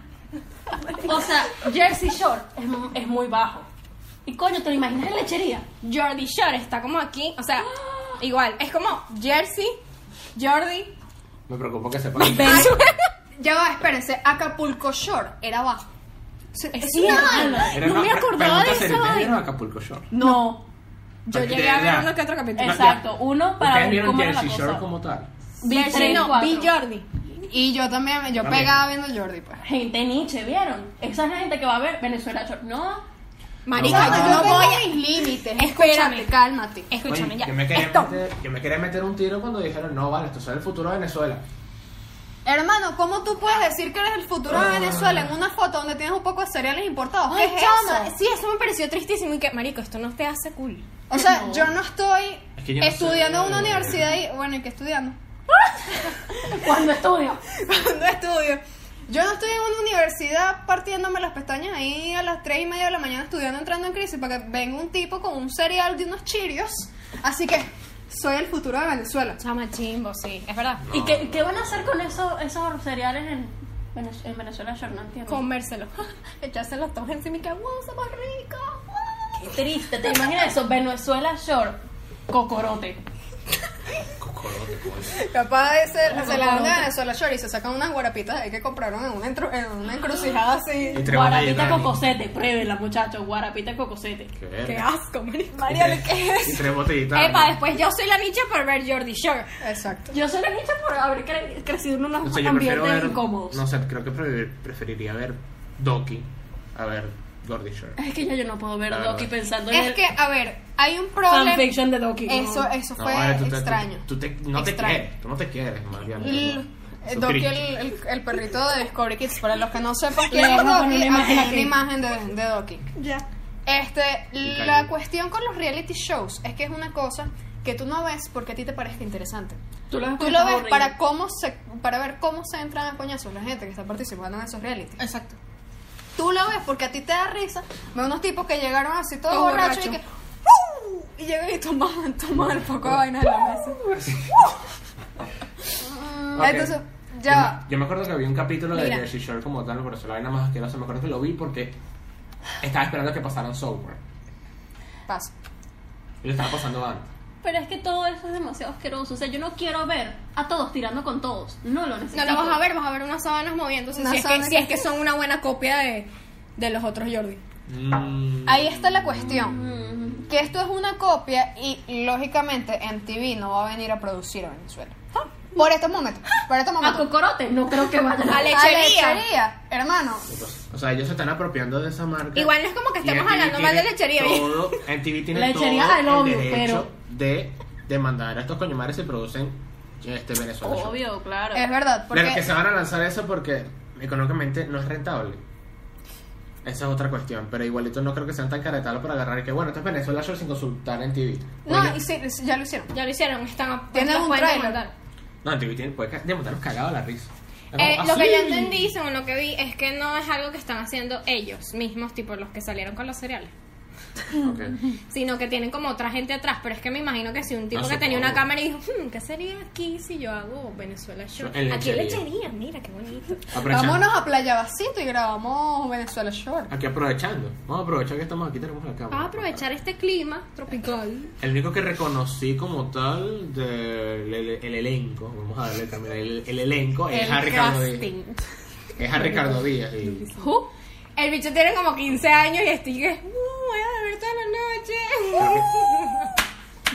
Speaker 2: O sea, Jersey Shore es, mu- es muy bajo. Y coño, ¿te lo imaginas en lechería?
Speaker 4: Jordi Shore está como aquí, o sea, igual, es como Jersey, Jordi,
Speaker 3: Me preocupo que sepan.
Speaker 1: Ya va, espérense. Acapulco Shore era bajo. Sí,
Speaker 4: Es
Speaker 1: es
Speaker 4: cierto.
Speaker 1: una-
Speaker 3: Era-
Speaker 4: No me acordaba
Speaker 3: pregunta
Speaker 4: de esa
Speaker 3: seria, ¿ustedes
Speaker 4: vaina.
Speaker 3: vieron Acapulco Shore?
Speaker 2: No.
Speaker 4: Yo
Speaker 3: Porque
Speaker 4: llegué a
Speaker 3: de
Speaker 4: ver
Speaker 3: verdad.
Speaker 4: uno que otro
Speaker 1: Eh,
Speaker 4: capítulo.
Speaker 2: Exacto, uno para
Speaker 3: ¿Ustedes
Speaker 2: ver
Speaker 3: vieron
Speaker 2: cómo era la
Speaker 3: Jersey Shore
Speaker 2: cosa.
Speaker 3: como tal?
Speaker 2: Vi
Speaker 4: Jersey
Speaker 2: tres,
Speaker 4: no,
Speaker 2: cuatro.
Speaker 4: vi Jordi.
Speaker 1: Y yo también, yo
Speaker 3: Yo
Speaker 1: pegaba viendo Jordi, pues.
Speaker 2: Gente Nietzsche, ¿vieron? Esa es la gente que va a ver Venezuela Shore. No.
Speaker 4: Marica,
Speaker 3: No,
Speaker 4: yo
Speaker 3: no,
Speaker 4: no
Speaker 1: tengo
Speaker 4: voy a...
Speaker 1: mis límites.
Speaker 4: Espérate.
Speaker 1: Escúchame, cálmate.
Speaker 4: Escúchame
Speaker 3: Oye,
Speaker 4: ya.
Speaker 3: Yo me quería,
Speaker 4: Esto.
Speaker 3: meter, yo me quería meter un tiro cuando dijeron, no, vale, esto es el futuro de Venezuela.
Speaker 1: Hermano, ¿cómo tú puedes decir que eres el futuro de Venezuela en una foto donde tienes un poco de cereales importados? ¿Qué
Speaker 4: Ay,
Speaker 1: es
Speaker 4: chama,
Speaker 1: eso?
Speaker 4: Sí, eso me pareció tristísimo y que, marico, esto no te hace cool.
Speaker 1: O sea, yo no estoy
Speaker 3: Es que yo no
Speaker 1: estudiando en
Speaker 3: sé.
Speaker 1: una universidad y, bueno, ¿y qué estudiando?
Speaker 2: Cuando estudio.
Speaker 1: Cuando estudio. Yo no estoy en una universidad partiéndome las pestañas ahí a las 3 y media de la mañana estudiando, entrando en crisis, para que venga un tipo con un cereal de unos chirios. Así que, soy el futuro de Venezuela.
Speaker 4: Chama chimbo, sí, es verdad.
Speaker 2: ¿Y qué, qué van a hacer con eso, esos cereales en, Venez- en Venezuela Shore? No entiendo.
Speaker 4: Comérselo. Echárselo todos encima y que, wow, somos ricos. wow".
Speaker 2: Qué triste, ¿te imaginas eso? Venezuela Shore, cocorote.
Speaker 3: Cocorote, coño.
Speaker 1: Capaz de ser, se la dan de
Speaker 2: Guarapita.
Speaker 1: Venezuela Shore y se sacan unas guarapitas ahí que compraron en una, entru- en una encrucijada así.
Speaker 3: Y tres botellas
Speaker 2: Guarapita
Speaker 3: de Dani.
Speaker 2: cocosete, pruébenla muchachos, guarapita cocosete.
Speaker 3: Qué
Speaker 4: Qué
Speaker 3: verga.
Speaker 4: asco, marico.
Speaker 1: Mariale, ¿qué es?
Speaker 3: Y tres botellitas.
Speaker 4: Epa, después yo soy la nicha por ver Jordi Shore.
Speaker 1: Exacto.
Speaker 2: Yo soy la niña por haber cre- crecido en unos
Speaker 3: O sea, yo prefiero
Speaker 2: ambientes
Speaker 3: ver.
Speaker 2: incómodos.
Speaker 3: No sé, creo que pre- preferiría ver Doki a ver Gordy Shore.
Speaker 2: Es que ya yo no puedo ver
Speaker 3: Claro.
Speaker 2: Doki pensando en
Speaker 1: Es
Speaker 2: el
Speaker 1: que, a ver, hay un problema.
Speaker 2: fanfiction de Doki. ¿no?
Speaker 1: Eso, eso fue
Speaker 3: vale, tú te-
Speaker 1: extraño.
Speaker 3: Tú, tú te, no
Speaker 1: Extraño.
Speaker 3: te quieres, tú no te quieres, Mariana.
Speaker 1: L- eh,
Speaker 3: Eso
Speaker 1: Doki,
Speaker 3: triste.
Speaker 1: el, el, el perrito de Discovery Kids, para los que no sepan quién
Speaker 2: Le
Speaker 1: es
Speaker 2: vamos a poner
Speaker 1: Doki,
Speaker 2: una
Speaker 1: aquí
Speaker 2: imagen
Speaker 1: hay
Speaker 2: aquí.
Speaker 1: una imagen de, de Doki.
Speaker 2: Ya.
Speaker 1: Este,
Speaker 3: Y
Speaker 1: la
Speaker 3: cayó.
Speaker 1: cuestión con los reality shows es que es una cosa que tú no ves porque a ti te parezca interesante.
Speaker 2: Tú lo ves,
Speaker 1: Tú lo ves para cómo se, para ver cómo se entran a coñazos la gente que está participando en esos reality.
Speaker 2: Exacto.
Speaker 1: Tú lo ves porque a ti te da risa. Ve unos tipos que llegaron así todos
Speaker 2: Todo
Speaker 1: borrachos y
Speaker 2: borracho.
Speaker 1: que ¡uh! y llegan y tomaban, tomaban el poco de vaina de la mesa. Mm,
Speaker 3: Ok.
Speaker 1: Entonces,
Speaker 3: Yo me-
Speaker 1: ya.
Speaker 3: Yo me acuerdo que había un capítulo de
Speaker 4: Mira.
Speaker 3: Jersey Shore como tal, por eso la vaina más asquerosa. Me acuerdo que lo vi porque estaba esperando que pasaran software.
Speaker 1: Paso.
Speaker 3: Y lo estaba pasando antes.
Speaker 2: Pero es que todo eso es demasiado asqueroso. O sea, yo no quiero ver a todos tirando con todos. No lo necesito.
Speaker 4: No lo vas a ver, vas a ver unas sábanas moviéndose.
Speaker 1: Unas
Speaker 4: Si es, que,
Speaker 1: sábanas
Speaker 4: si es que son una buena copia de, de los otros Jordi.
Speaker 3: Mm,
Speaker 1: Ahí está la cuestión.
Speaker 2: Mm,
Speaker 1: Que esto es una copia y lógicamente MTV no va a venir a producir a Venezuela. Por estos momentos. Por estos
Speaker 2: A
Speaker 1: momentos.
Speaker 2: cocorote, no creo que vayan
Speaker 4: A
Speaker 2: a
Speaker 4: lechería.
Speaker 1: A lechería, Hermano.
Speaker 3: pues, o sea, ellos se están apropiando de esa marca.
Speaker 4: Igual no es como que
Speaker 3: Y
Speaker 4: estemos
Speaker 3: MTV
Speaker 4: hablando mal de
Speaker 3: tiene
Speaker 4: lechería, ¿eh?
Speaker 3: Todo, MTV tiene
Speaker 2: Lechería
Speaker 3: todo
Speaker 2: al obvio,
Speaker 3: el derecho
Speaker 2: pero-
Speaker 3: de demandar a estos coñumares si producen este Venezuela. Shore.
Speaker 2: Obvio,
Speaker 4: Ah.
Speaker 2: claro.
Speaker 1: Es verdad.
Speaker 3: De los que
Speaker 1: Porque
Speaker 3: se van a lanzar eso porque económicamente no es rentable. Esa es otra cuestión, pero igualito no creo que sean tan caretalos para agarrar que bueno, esto es Venezuela Shore sin consultar en TV.
Speaker 1: No, y sí, sí, ya lo hicieron.
Speaker 4: Ya lo hicieron, están a
Speaker 1: Tienen
Speaker 4: las
Speaker 1: un
Speaker 4: pueden
Speaker 1: trailer.
Speaker 4: demandar.
Speaker 3: no, en TV tiene, puede ca- demontarnos cagados a la risa. Es como,
Speaker 4: Eh,
Speaker 3: ah,
Speaker 4: lo que
Speaker 3: sí.
Speaker 4: yo entendí, según lo que vi, es que no es algo que están haciendo ellos mismos, tipo los que salieron con los cereales.
Speaker 3: Ok.
Speaker 4: Sino que tienen como otra gente atrás. Pero es que me imagino que si un tipo
Speaker 3: No, oh.
Speaker 4: que tenía
Speaker 3: supongo.
Speaker 4: una cámara y dijo, "Hmm, ¿qué sería aquí si yo hago Venezuela Show?
Speaker 3: En
Speaker 4: Aquí
Speaker 3: lechería.
Speaker 4: lechería, mira qué bonito.
Speaker 3: Aprovechando.
Speaker 1: Vámonos a Playa Vasito y grabamos Venezuela Shore.
Speaker 3: Aquí aprovechando. Vamos a aprovechar que estamos aquí, tenemos la cámara.
Speaker 4: Vamos a aprovechar este clima tropical.
Speaker 3: El único que reconocí como tal del el elenco, vamos a darle también el, el elenco, es
Speaker 4: el
Speaker 3: a Ricardo Díaz.
Speaker 4: casting.
Speaker 3: Es a Ricardo Díaz. y-
Speaker 4: Ju, El bicho tiene como 15 años y estoy que, "Uh, voy a beber toda la noche.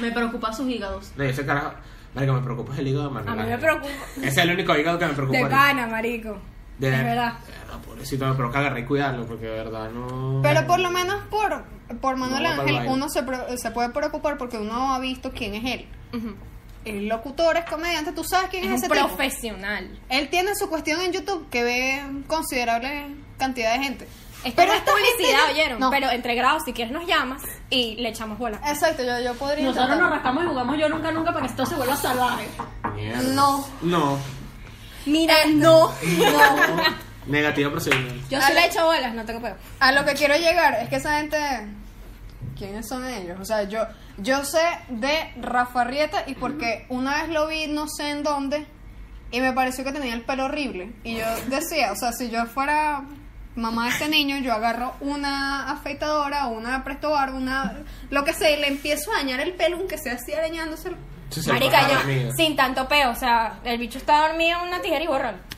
Speaker 2: Me preocupa sus hígados.
Speaker 3: No, ese carajo. Marico, me preocupa es el hígado de Manuel
Speaker 4: A mí me
Speaker 3: Ángel.
Speaker 4: preocupa.
Speaker 3: Ese es el único hígado que me preocupa.
Speaker 4: De
Speaker 3: ahorita.
Speaker 4: pana, marico.
Speaker 3: De
Speaker 4: Es verdad.
Speaker 3: de pobrecito, me provoca agarrar y cuidarlo, porque de verdad no.
Speaker 1: Pero por lo menos por, por Manuel
Speaker 3: No, para el
Speaker 1: Ángel
Speaker 3: baile.
Speaker 1: uno se, pre- se puede preocupar porque uno ha visto quién es él.
Speaker 4: Ujú.
Speaker 1: El locutor es comediante, tú sabes quién es,
Speaker 4: Es un
Speaker 1: ese tipo.
Speaker 4: profesional.
Speaker 1: Él tiene su cuestión en YouTube que ve considerable cantidad de gente.
Speaker 4: Esto
Speaker 1: Pero
Speaker 4: no es
Speaker 1: esta gente
Speaker 4: publicidad,
Speaker 1: ya-
Speaker 4: oyeron.
Speaker 1: no. Eh,
Speaker 4: Pero entre grados, si quieres, nos llamas y le echamos bola.
Speaker 1: Exacto, yo, yo podría.
Speaker 2: Nosotros nos
Speaker 1: intentar.
Speaker 2: rascamos y jugamos yo nunca, nunca para que esto se vuelva salvaje.
Speaker 3: Mierda.
Speaker 1: No.
Speaker 3: No.
Speaker 4: Mira,
Speaker 1: Eh,
Speaker 4: no.
Speaker 3: Negativa procedimiento.
Speaker 4: Yo
Speaker 1: Ah,
Speaker 4: sí le
Speaker 1: no.
Speaker 4: he hecho bolas, no tengo peor.
Speaker 1: A lo que quiero llegar es que esa gente. ¿Quiénes son ellos? O sea, yo, yo sé de Rafa Rieta y porque una vez lo vi no sé en dónde y me pareció que tenía el pelo horrible. Y yo decía, o sea, si yo fuera mamá de este niño, yo agarro una afeitadora, una presto barba, una. lo que sea, y le empiezo a dañar el pelo, aunque sea así arañándoselo.
Speaker 3: Sí, sí,
Speaker 4: Marica,
Speaker 3: para
Speaker 4: yo
Speaker 3: dormir.
Speaker 4: sin tanto peo. O sea, el bicho está dormido en una tijera y borrón.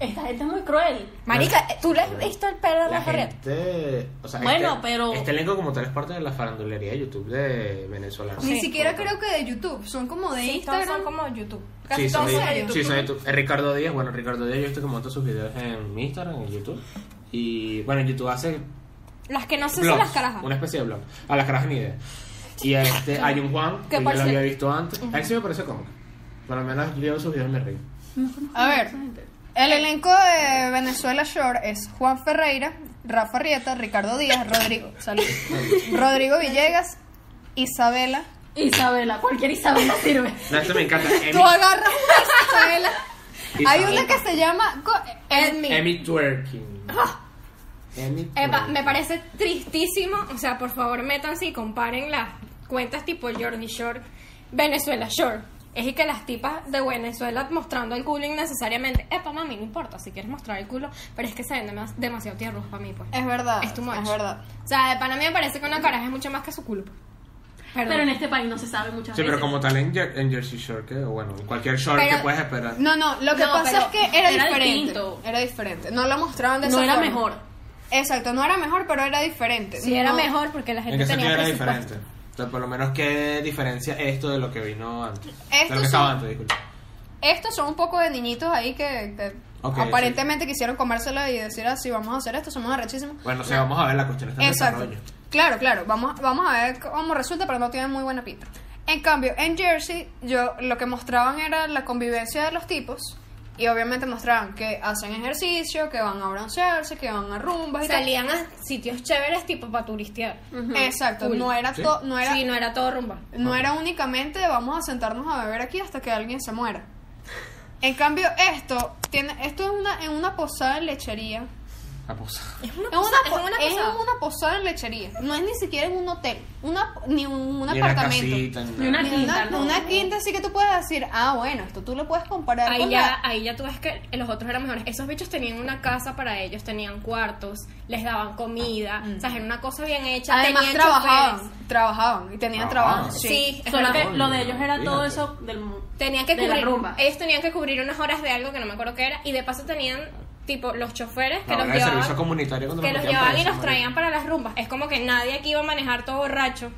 Speaker 2: Esta gente es muy cruel.
Speaker 4: Marica, ¿tú le has visto el pelo de
Speaker 3: La
Speaker 4: la carreta?
Speaker 3: gente, o sea,
Speaker 2: Bueno,
Speaker 3: este,
Speaker 2: pero-
Speaker 3: este elenco como tal es parte de la farandulería de YouTube de venezolana.
Speaker 1: Ni
Speaker 4: Sí.
Speaker 1: siquiera creo que de YouTube, son como de
Speaker 4: Sí, todos
Speaker 1: Instagram.
Speaker 4: son como YouTube.
Speaker 3: Sí,
Speaker 4: Casi
Speaker 3: son
Speaker 4: todos
Speaker 3: de,
Speaker 4: son de
Speaker 1: ellos.
Speaker 4: YouTube.
Speaker 3: sí, son de YouTube. Eh, Ricardo Díaz, bueno, Ricardo Díaz yo he visto que monta sus videos en Instagram, en YouTube. Y bueno, en YouTube hace
Speaker 4: Las que no sé son
Speaker 3: blogs,
Speaker 4: las carajas.
Speaker 3: una especie de blog. A las carajas ni idea. Y este, hay un Juan,
Speaker 4: Que
Speaker 3: que yo
Speaker 4: por
Speaker 3: lo
Speaker 4: cierto-
Speaker 3: había visto antes. A él sí me parece cómico. Por lo menos yo sus videos y me reí.
Speaker 1: A ver, el elenco de Venezuela Shore es Juan Ferreira, Rafa Rieta, Ricardo Díaz, Rodrigo, salud, Rodrigo Villegas, Isabela.
Speaker 2: Isabela, cualquier Isabela sirve.
Speaker 3: No, esto me encanta.
Speaker 1: Tú agarras una Isabela. Hay
Speaker 3: Isabela.
Speaker 1: una que se llama co-
Speaker 3: Emi,
Speaker 4: Edmi.
Speaker 3: Emi Twerking. Emi
Speaker 4: Ah. Epa,
Speaker 3: Twerking.
Speaker 4: me parece tristísimo. O sea, por favor, métanse y comparen las cuentas tipo Jordi Shore, Venezuela Shore. Es y que las tipas de Venezuela mostrando el culo innecesariamente. Epa, mami, no importa si quieres mostrar el culo, pero es que se ven demas- demasiado tiernos para mí, pues.
Speaker 1: Es verdad.
Speaker 4: Es too much.
Speaker 1: Es verdad.
Speaker 4: O sea, de pana me parece que una caraja es mucho más que su culo. pues. Perdón.
Speaker 2: Pero en este país no se sabe muchas
Speaker 3: Sí,
Speaker 2: veces.
Speaker 3: pero como tal en, Jer- en Jersey Shore, que, o bueno, en cualquier short
Speaker 4: Pero-
Speaker 3: que puedes esperar.
Speaker 1: No, no, lo que
Speaker 4: No,
Speaker 1: pasa es
Speaker 4: pero
Speaker 1: que era,
Speaker 2: era
Speaker 1: diferente.
Speaker 2: distinto.
Speaker 1: Era diferente. No lo mostraban de
Speaker 2: no
Speaker 1: esa
Speaker 2: era
Speaker 1: forma.
Speaker 2: mejor.
Speaker 1: Exacto, no era mejor, pero era diferente.
Speaker 4: Sí, era
Speaker 1: No.
Speaker 4: mejor porque la
Speaker 3: ¿En
Speaker 4: gente
Speaker 3: qué sentido era
Speaker 4: tenía presupuesto.
Speaker 3: diferente? O sea, por lo menos, ¿qué diferencia esto de lo que vino antes? de
Speaker 1: Estos
Speaker 3: lo que estaba
Speaker 1: son-
Speaker 3: antes, disculpa.
Speaker 1: Estos son un poco de niñitos ahí que, que
Speaker 3: Ok,
Speaker 1: aparentemente quisieron comérsela y decir así, vamos a hacer esto, somos arrechísimos.
Speaker 3: Bueno, o sea, vamos a ver, la cuestión está en
Speaker 1: Exacto.
Speaker 3: desarrollo.
Speaker 1: Claro, claro, vamos, vamos a ver cómo resulta, pero no tienen muy buena pinta. En cambio, en Jersey, yo lo que mostraban era la convivencia de los tipos. Y obviamente mostraban que hacen ejercicio, que van a broncearse, que van a rumbas y tal.
Speaker 4: Pues Salían a sitios chéveres tipo para turistear.
Speaker 1: Exacto,
Speaker 4: Cool.
Speaker 1: no era
Speaker 3: Sí.
Speaker 1: to- no era
Speaker 4: Sí, no era todo rumba.
Speaker 1: No era únicamente vamos a sentarnos a beber aquí hasta que alguien se muera. En cambio, esto tiene esto es una en una posada en lechería.
Speaker 3: La posa.
Speaker 4: Es una
Speaker 1: Es una,
Speaker 4: cosa- es
Speaker 1: po-
Speaker 4: una
Speaker 1: es
Speaker 4: cosa-
Speaker 1: en una posada en lechería. No es ni siquiera en un hotel, una ni un, un
Speaker 3: Ni una
Speaker 1: apartamento.
Speaker 3: casita, ni
Speaker 2: Ni
Speaker 3: nada.
Speaker 2: una
Speaker 1: Ni una,
Speaker 2: quinta, ¿no?
Speaker 1: una quinta así que tú puedes decir, ah, bueno, esto tú lo puedes comparar
Speaker 4: Ahí
Speaker 1: con
Speaker 4: ya,
Speaker 1: la-
Speaker 4: ahí ya tú ves que los otros eran mejores. Esos bichos tenían una casa para ellos, tenían cuartos, les daban comida, o sea, era una cosa bien hecha.
Speaker 1: Además
Speaker 4: tenían
Speaker 1: trabajaban,
Speaker 4: choferes.
Speaker 1: trabajaban y tenían
Speaker 3: Ah.
Speaker 1: trabajo.
Speaker 4: Sí,
Speaker 1: Sí.
Speaker 4: es
Speaker 2: Solo
Speaker 4: verdad.
Speaker 2: que lo de ellos era
Speaker 3: Fíjate.
Speaker 2: todo eso del mu-
Speaker 4: tenían que
Speaker 2: de la
Speaker 4: cubrir, Eh,
Speaker 2: rumba.
Speaker 4: ellos tenían que cubrir unas horas de algo que no me acuerdo qué era y de paso tenían tipo los choferes que
Speaker 3: La hora
Speaker 4: los
Speaker 3: Ah, de servicio
Speaker 4: llevaban,
Speaker 3: comunitario cuando
Speaker 4: que
Speaker 3: nos
Speaker 4: los
Speaker 3: metían
Speaker 4: llevaban y
Speaker 3: presos,
Speaker 4: los
Speaker 3: marico.
Speaker 4: traían para las rumbas. Es como que nadie aquí iba a manejar todo borracho.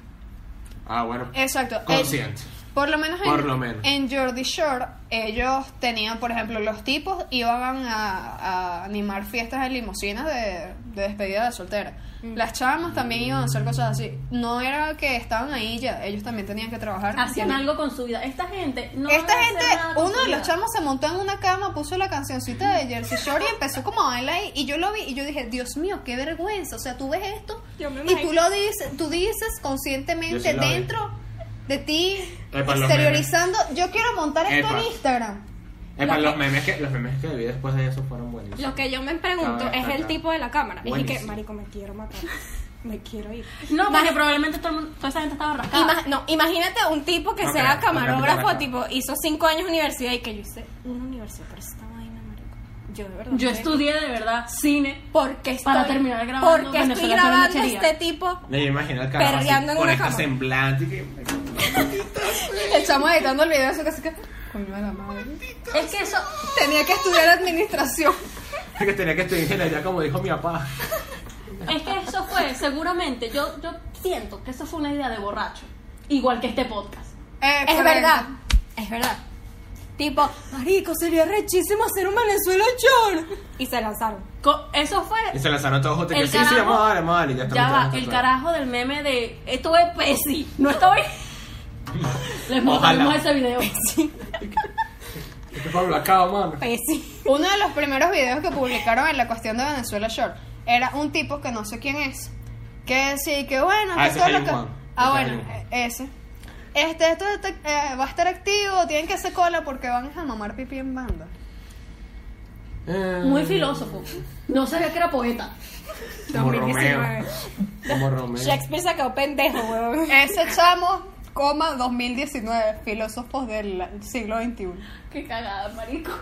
Speaker 3: Ah, bueno.
Speaker 1: Exacto.
Speaker 3: Consciente.
Speaker 1: Por lo menos,
Speaker 3: Por
Speaker 1: en,
Speaker 3: lo menos.
Speaker 1: en Jordi Shore, ellos tenían, por ejemplo, los tipos iban a, a animar fiestas en limusinas de, de despedida de soltera. Las chamas también iban a hacer cosas así. No era que estaban ahí ya, ellos también tenían que trabajar.
Speaker 2: Hacían algo con su vida. Esta gente no
Speaker 1: Esta
Speaker 2: van a hacer
Speaker 1: gente,
Speaker 2: nada con
Speaker 1: uno
Speaker 2: su
Speaker 1: de los
Speaker 2: vida.
Speaker 1: chamos se montó en una cama, puso la cancioncita de Jersey Shore y empezó como a bailar ahí. Y yo lo vi y yo dije, Dios mío, qué vergüenza. O sea, tú ves esto
Speaker 4: Yo me
Speaker 1: y tú
Speaker 4: imagino.
Speaker 1: lo dices, tú dices
Speaker 3: Yo sí
Speaker 1: conscientemente
Speaker 3: la vi.
Speaker 1: dentro de ti,
Speaker 3: Epa, los
Speaker 1: exteriorizando. Yo quiero montar esto
Speaker 3: Epa.
Speaker 1: en Instagram.
Speaker 3: Eh, para
Speaker 4: Lo
Speaker 3: los
Speaker 4: que-
Speaker 3: memes que los memes que vi después de eso fueron buenísimos.
Speaker 4: Lo que yo me pregunto
Speaker 3: Está bien,
Speaker 4: es
Speaker 3: está
Speaker 4: el
Speaker 3: bien.
Speaker 4: tipo de la cámara. Y que,
Speaker 3: Buenísimo.
Speaker 4: marico, me quiero matar. Me quiero ir.
Speaker 2: No, ah. porque probablemente todo el mundo- toda esa gente estaba rascada.
Speaker 4: Ima- no, imagínate un tipo que
Speaker 3: No
Speaker 4: sea
Speaker 3: creo, no creo que tenga
Speaker 4: camarógrafo, tipo, hizo cinco años de universidad y que yo hice una universidad por esta vaina, marico. Yo de verdad.
Speaker 2: Yo
Speaker 4: estoy-
Speaker 2: estudié de verdad cine.
Speaker 4: Porque estoy,
Speaker 2: Para terminar grabando
Speaker 4: porque estoy
Speaker 2: Venezuela
Speaker 4: grabando
Speaker 2: Solo Lechería.
Speaker 4: este tipo.
Speaker 3: Me imagino al carajo así,
Speaker 4: Perreando en
Speaker 3: con
Speaker 4: una
Speaker 3: este
Speaker 4: cama.
Speaker 3: semblante y que...
Speaker 1: El chamo editando el video, eso casi que. Coño de la madre.
Speaker 2: Es que eso.
Speaker 1: Tenía que estudiar administración.
Speaker 3: que tenía que estudiar ingeniería como dijo mi papá.
Speaker 2: Es que eso fue, seguramente, yo, yo siento que eso fue una idea de borracho. Igual que este podcast.
Speaker 1: Eh,
Speaker 4: Es
Speaker 1: correcto.
Speaker 4: verdad, es verdad. Tipo, marico, sería rechísimo hacer un Venezuela short. Y se lanzaron.
Speaker 2: Co- Eso fue.
Speaker 3: Y se lanzaron todos juntos. y que,
Speaker 2: El
Speaker 3: Sí, sí,
Speaker 2: carajo-
Speaker 3: vamos a darle, vamos a darle. y Ya, está,
Speaker 2: Ya
Speaker 3: ya
Speaker 2: va,
Speaker 3: está,
Speaker 2: el
Speaker 3: claro.
Speaker 2: carajo del meme de esto es Pepsi, no estoy. Les mostraremos
Speaker 3: Ojalá.
Speaker 2: ese video.
Speaker 3: Este fue blacado, mano.
Speaker 4: Pesi. Pues
Speaker 1: Uno de los primeros videos que publicaron en la cuestión de Venezuela Short era un tipo que no sé quién es. Que sí, que bueno,
Speaker 6: Ah,
Speaker 1: que
Speaker 6: ese
Speaker 1: todo
Speaker 6: es
Speaker 1: lo
Speaker 6: Hayun
Speaker 1: que-
Speaker 6: Juan.
Speaker 1: Ah,
Speaker 6: Ese es
Speaker 1: bueno,
Speaker 6: Hayun.
Speaker 1: eh, ese. Este, esto está- eh, va a estar activo, tienen que hacer cola porque van a mamar pipí en banda.
Speaker 2: Muy filósofo. No sabía que era poeta.
Speaker 6: Como
Speaker 4: 2019.
Speaker 6: Romeo. Como Romeo.
Speaker 4: Shakespeare se quedó pendejo, huevón.
Speaker 1: Ese chamo, coma 2019, filósofos del siglo XXI.
Speaker 2: Qué cagada, marico.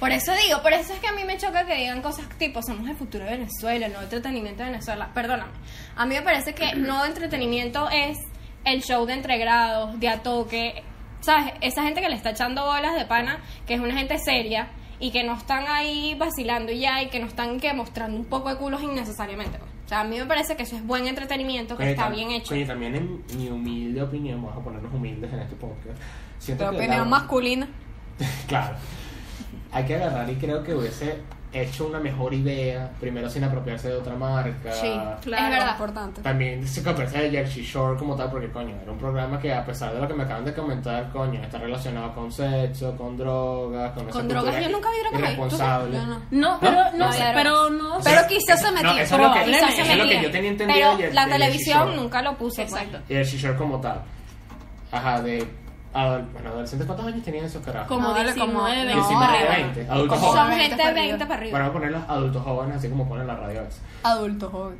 Speaker 4: Por eso digo, por eso es que a mí me choca que digan cosas tipo somos el futuro de Venezuela, no entretenimiento de Venezuela. Perdóname. A mí me parece que no entretenimiento es el show de entregrados, de atoque. ¿Sabes? Esa gente que le está echando bolas de pana, que es una gente seria y que no están ahí vacilando y ya y que no están que mostrando un poco de culos innecesariamente. pues. O sea, a mí me parece que eso es buen entretenimiento, que
Speaker 6: Coño,
Speaker 4: está
Speaker 6: tam-
Speaker 4: bien hecho.
Speaker 6: Coño, también en mi humilde opinión, vamos a ponernos humildes en este podcast. Siento
Speaker 1: Tu
Speaker 6: que
Speaker 1: opinión
Speaker 6: la-
Speaker 1: masculina.
Speaker 6: Claro. Hay que agarrar y creo que hubiese hecho una mejor idea, primero sin apropiarse de otra marca.
Speaker 1: claro,
Speaker 4: es verdad.
Speaker 1: importante.
Speaker 6: También se apropiarse de Jersey Shore como tal, porque coño, era un programa que a pesar de lo que me acaban de comentar, coño, está relacionado con sexo, con drogas, con esa
Speaker 4: Con drogas,
Speaker 6: cultura
Speaker 4: yo nunca vi drogas ahí. ¿Tú?
Speaker 6: irresponsable.
Speaker 4: Yo no.
Speaker 2: No, pero no,
Speaker 4: no,
Speaker 2: sé,
Speaker 4: claro.
Speaker 2: pero no.
Speaker 6: sea,
Speaker 1: Pero quizás se metió.
Speaker 6: No, eso es lo que,
Speaker 4: Probable, quizás
Speaker 6: eso
Speaker 4: se
Speaker 6: es lo que
Speaker 4: metía.
Speaker 6: yo tenía entendido.
Speaker 4: Pero
Speaker 6: de-
Speaker 4: la
Speaker 6: de Jersey
Speaker 4: televisión
Speaker 6: Shore.
Speaker 4: nunca lo puso. pues.
Speaker 2: Exacto.
Speaker 6: Y Jersey Shore como tal. Ajá, de. adol- bueno, adolescentes, ¿cuántos años tenían esos carajos?
Speaker 2: Como
Speaker 1: No, dale,
Speaker 2: 19,
Speaker 1: como- no,
Speaker 6: 19,
Speaker 2: arriba.
Speaker 6: 20, adultos
Speaker 1: Como-
Speaker 4: Son
Speaker 6: jóvenes.
Speaker 4: gente de 20 para
Speaker 6: Bueno,
Speaker 4: arriba.
Speaker 6: voy a ponerlos adultos jóvenes, así como ponen la radio a veces.
Speaker 1: Adulto joven.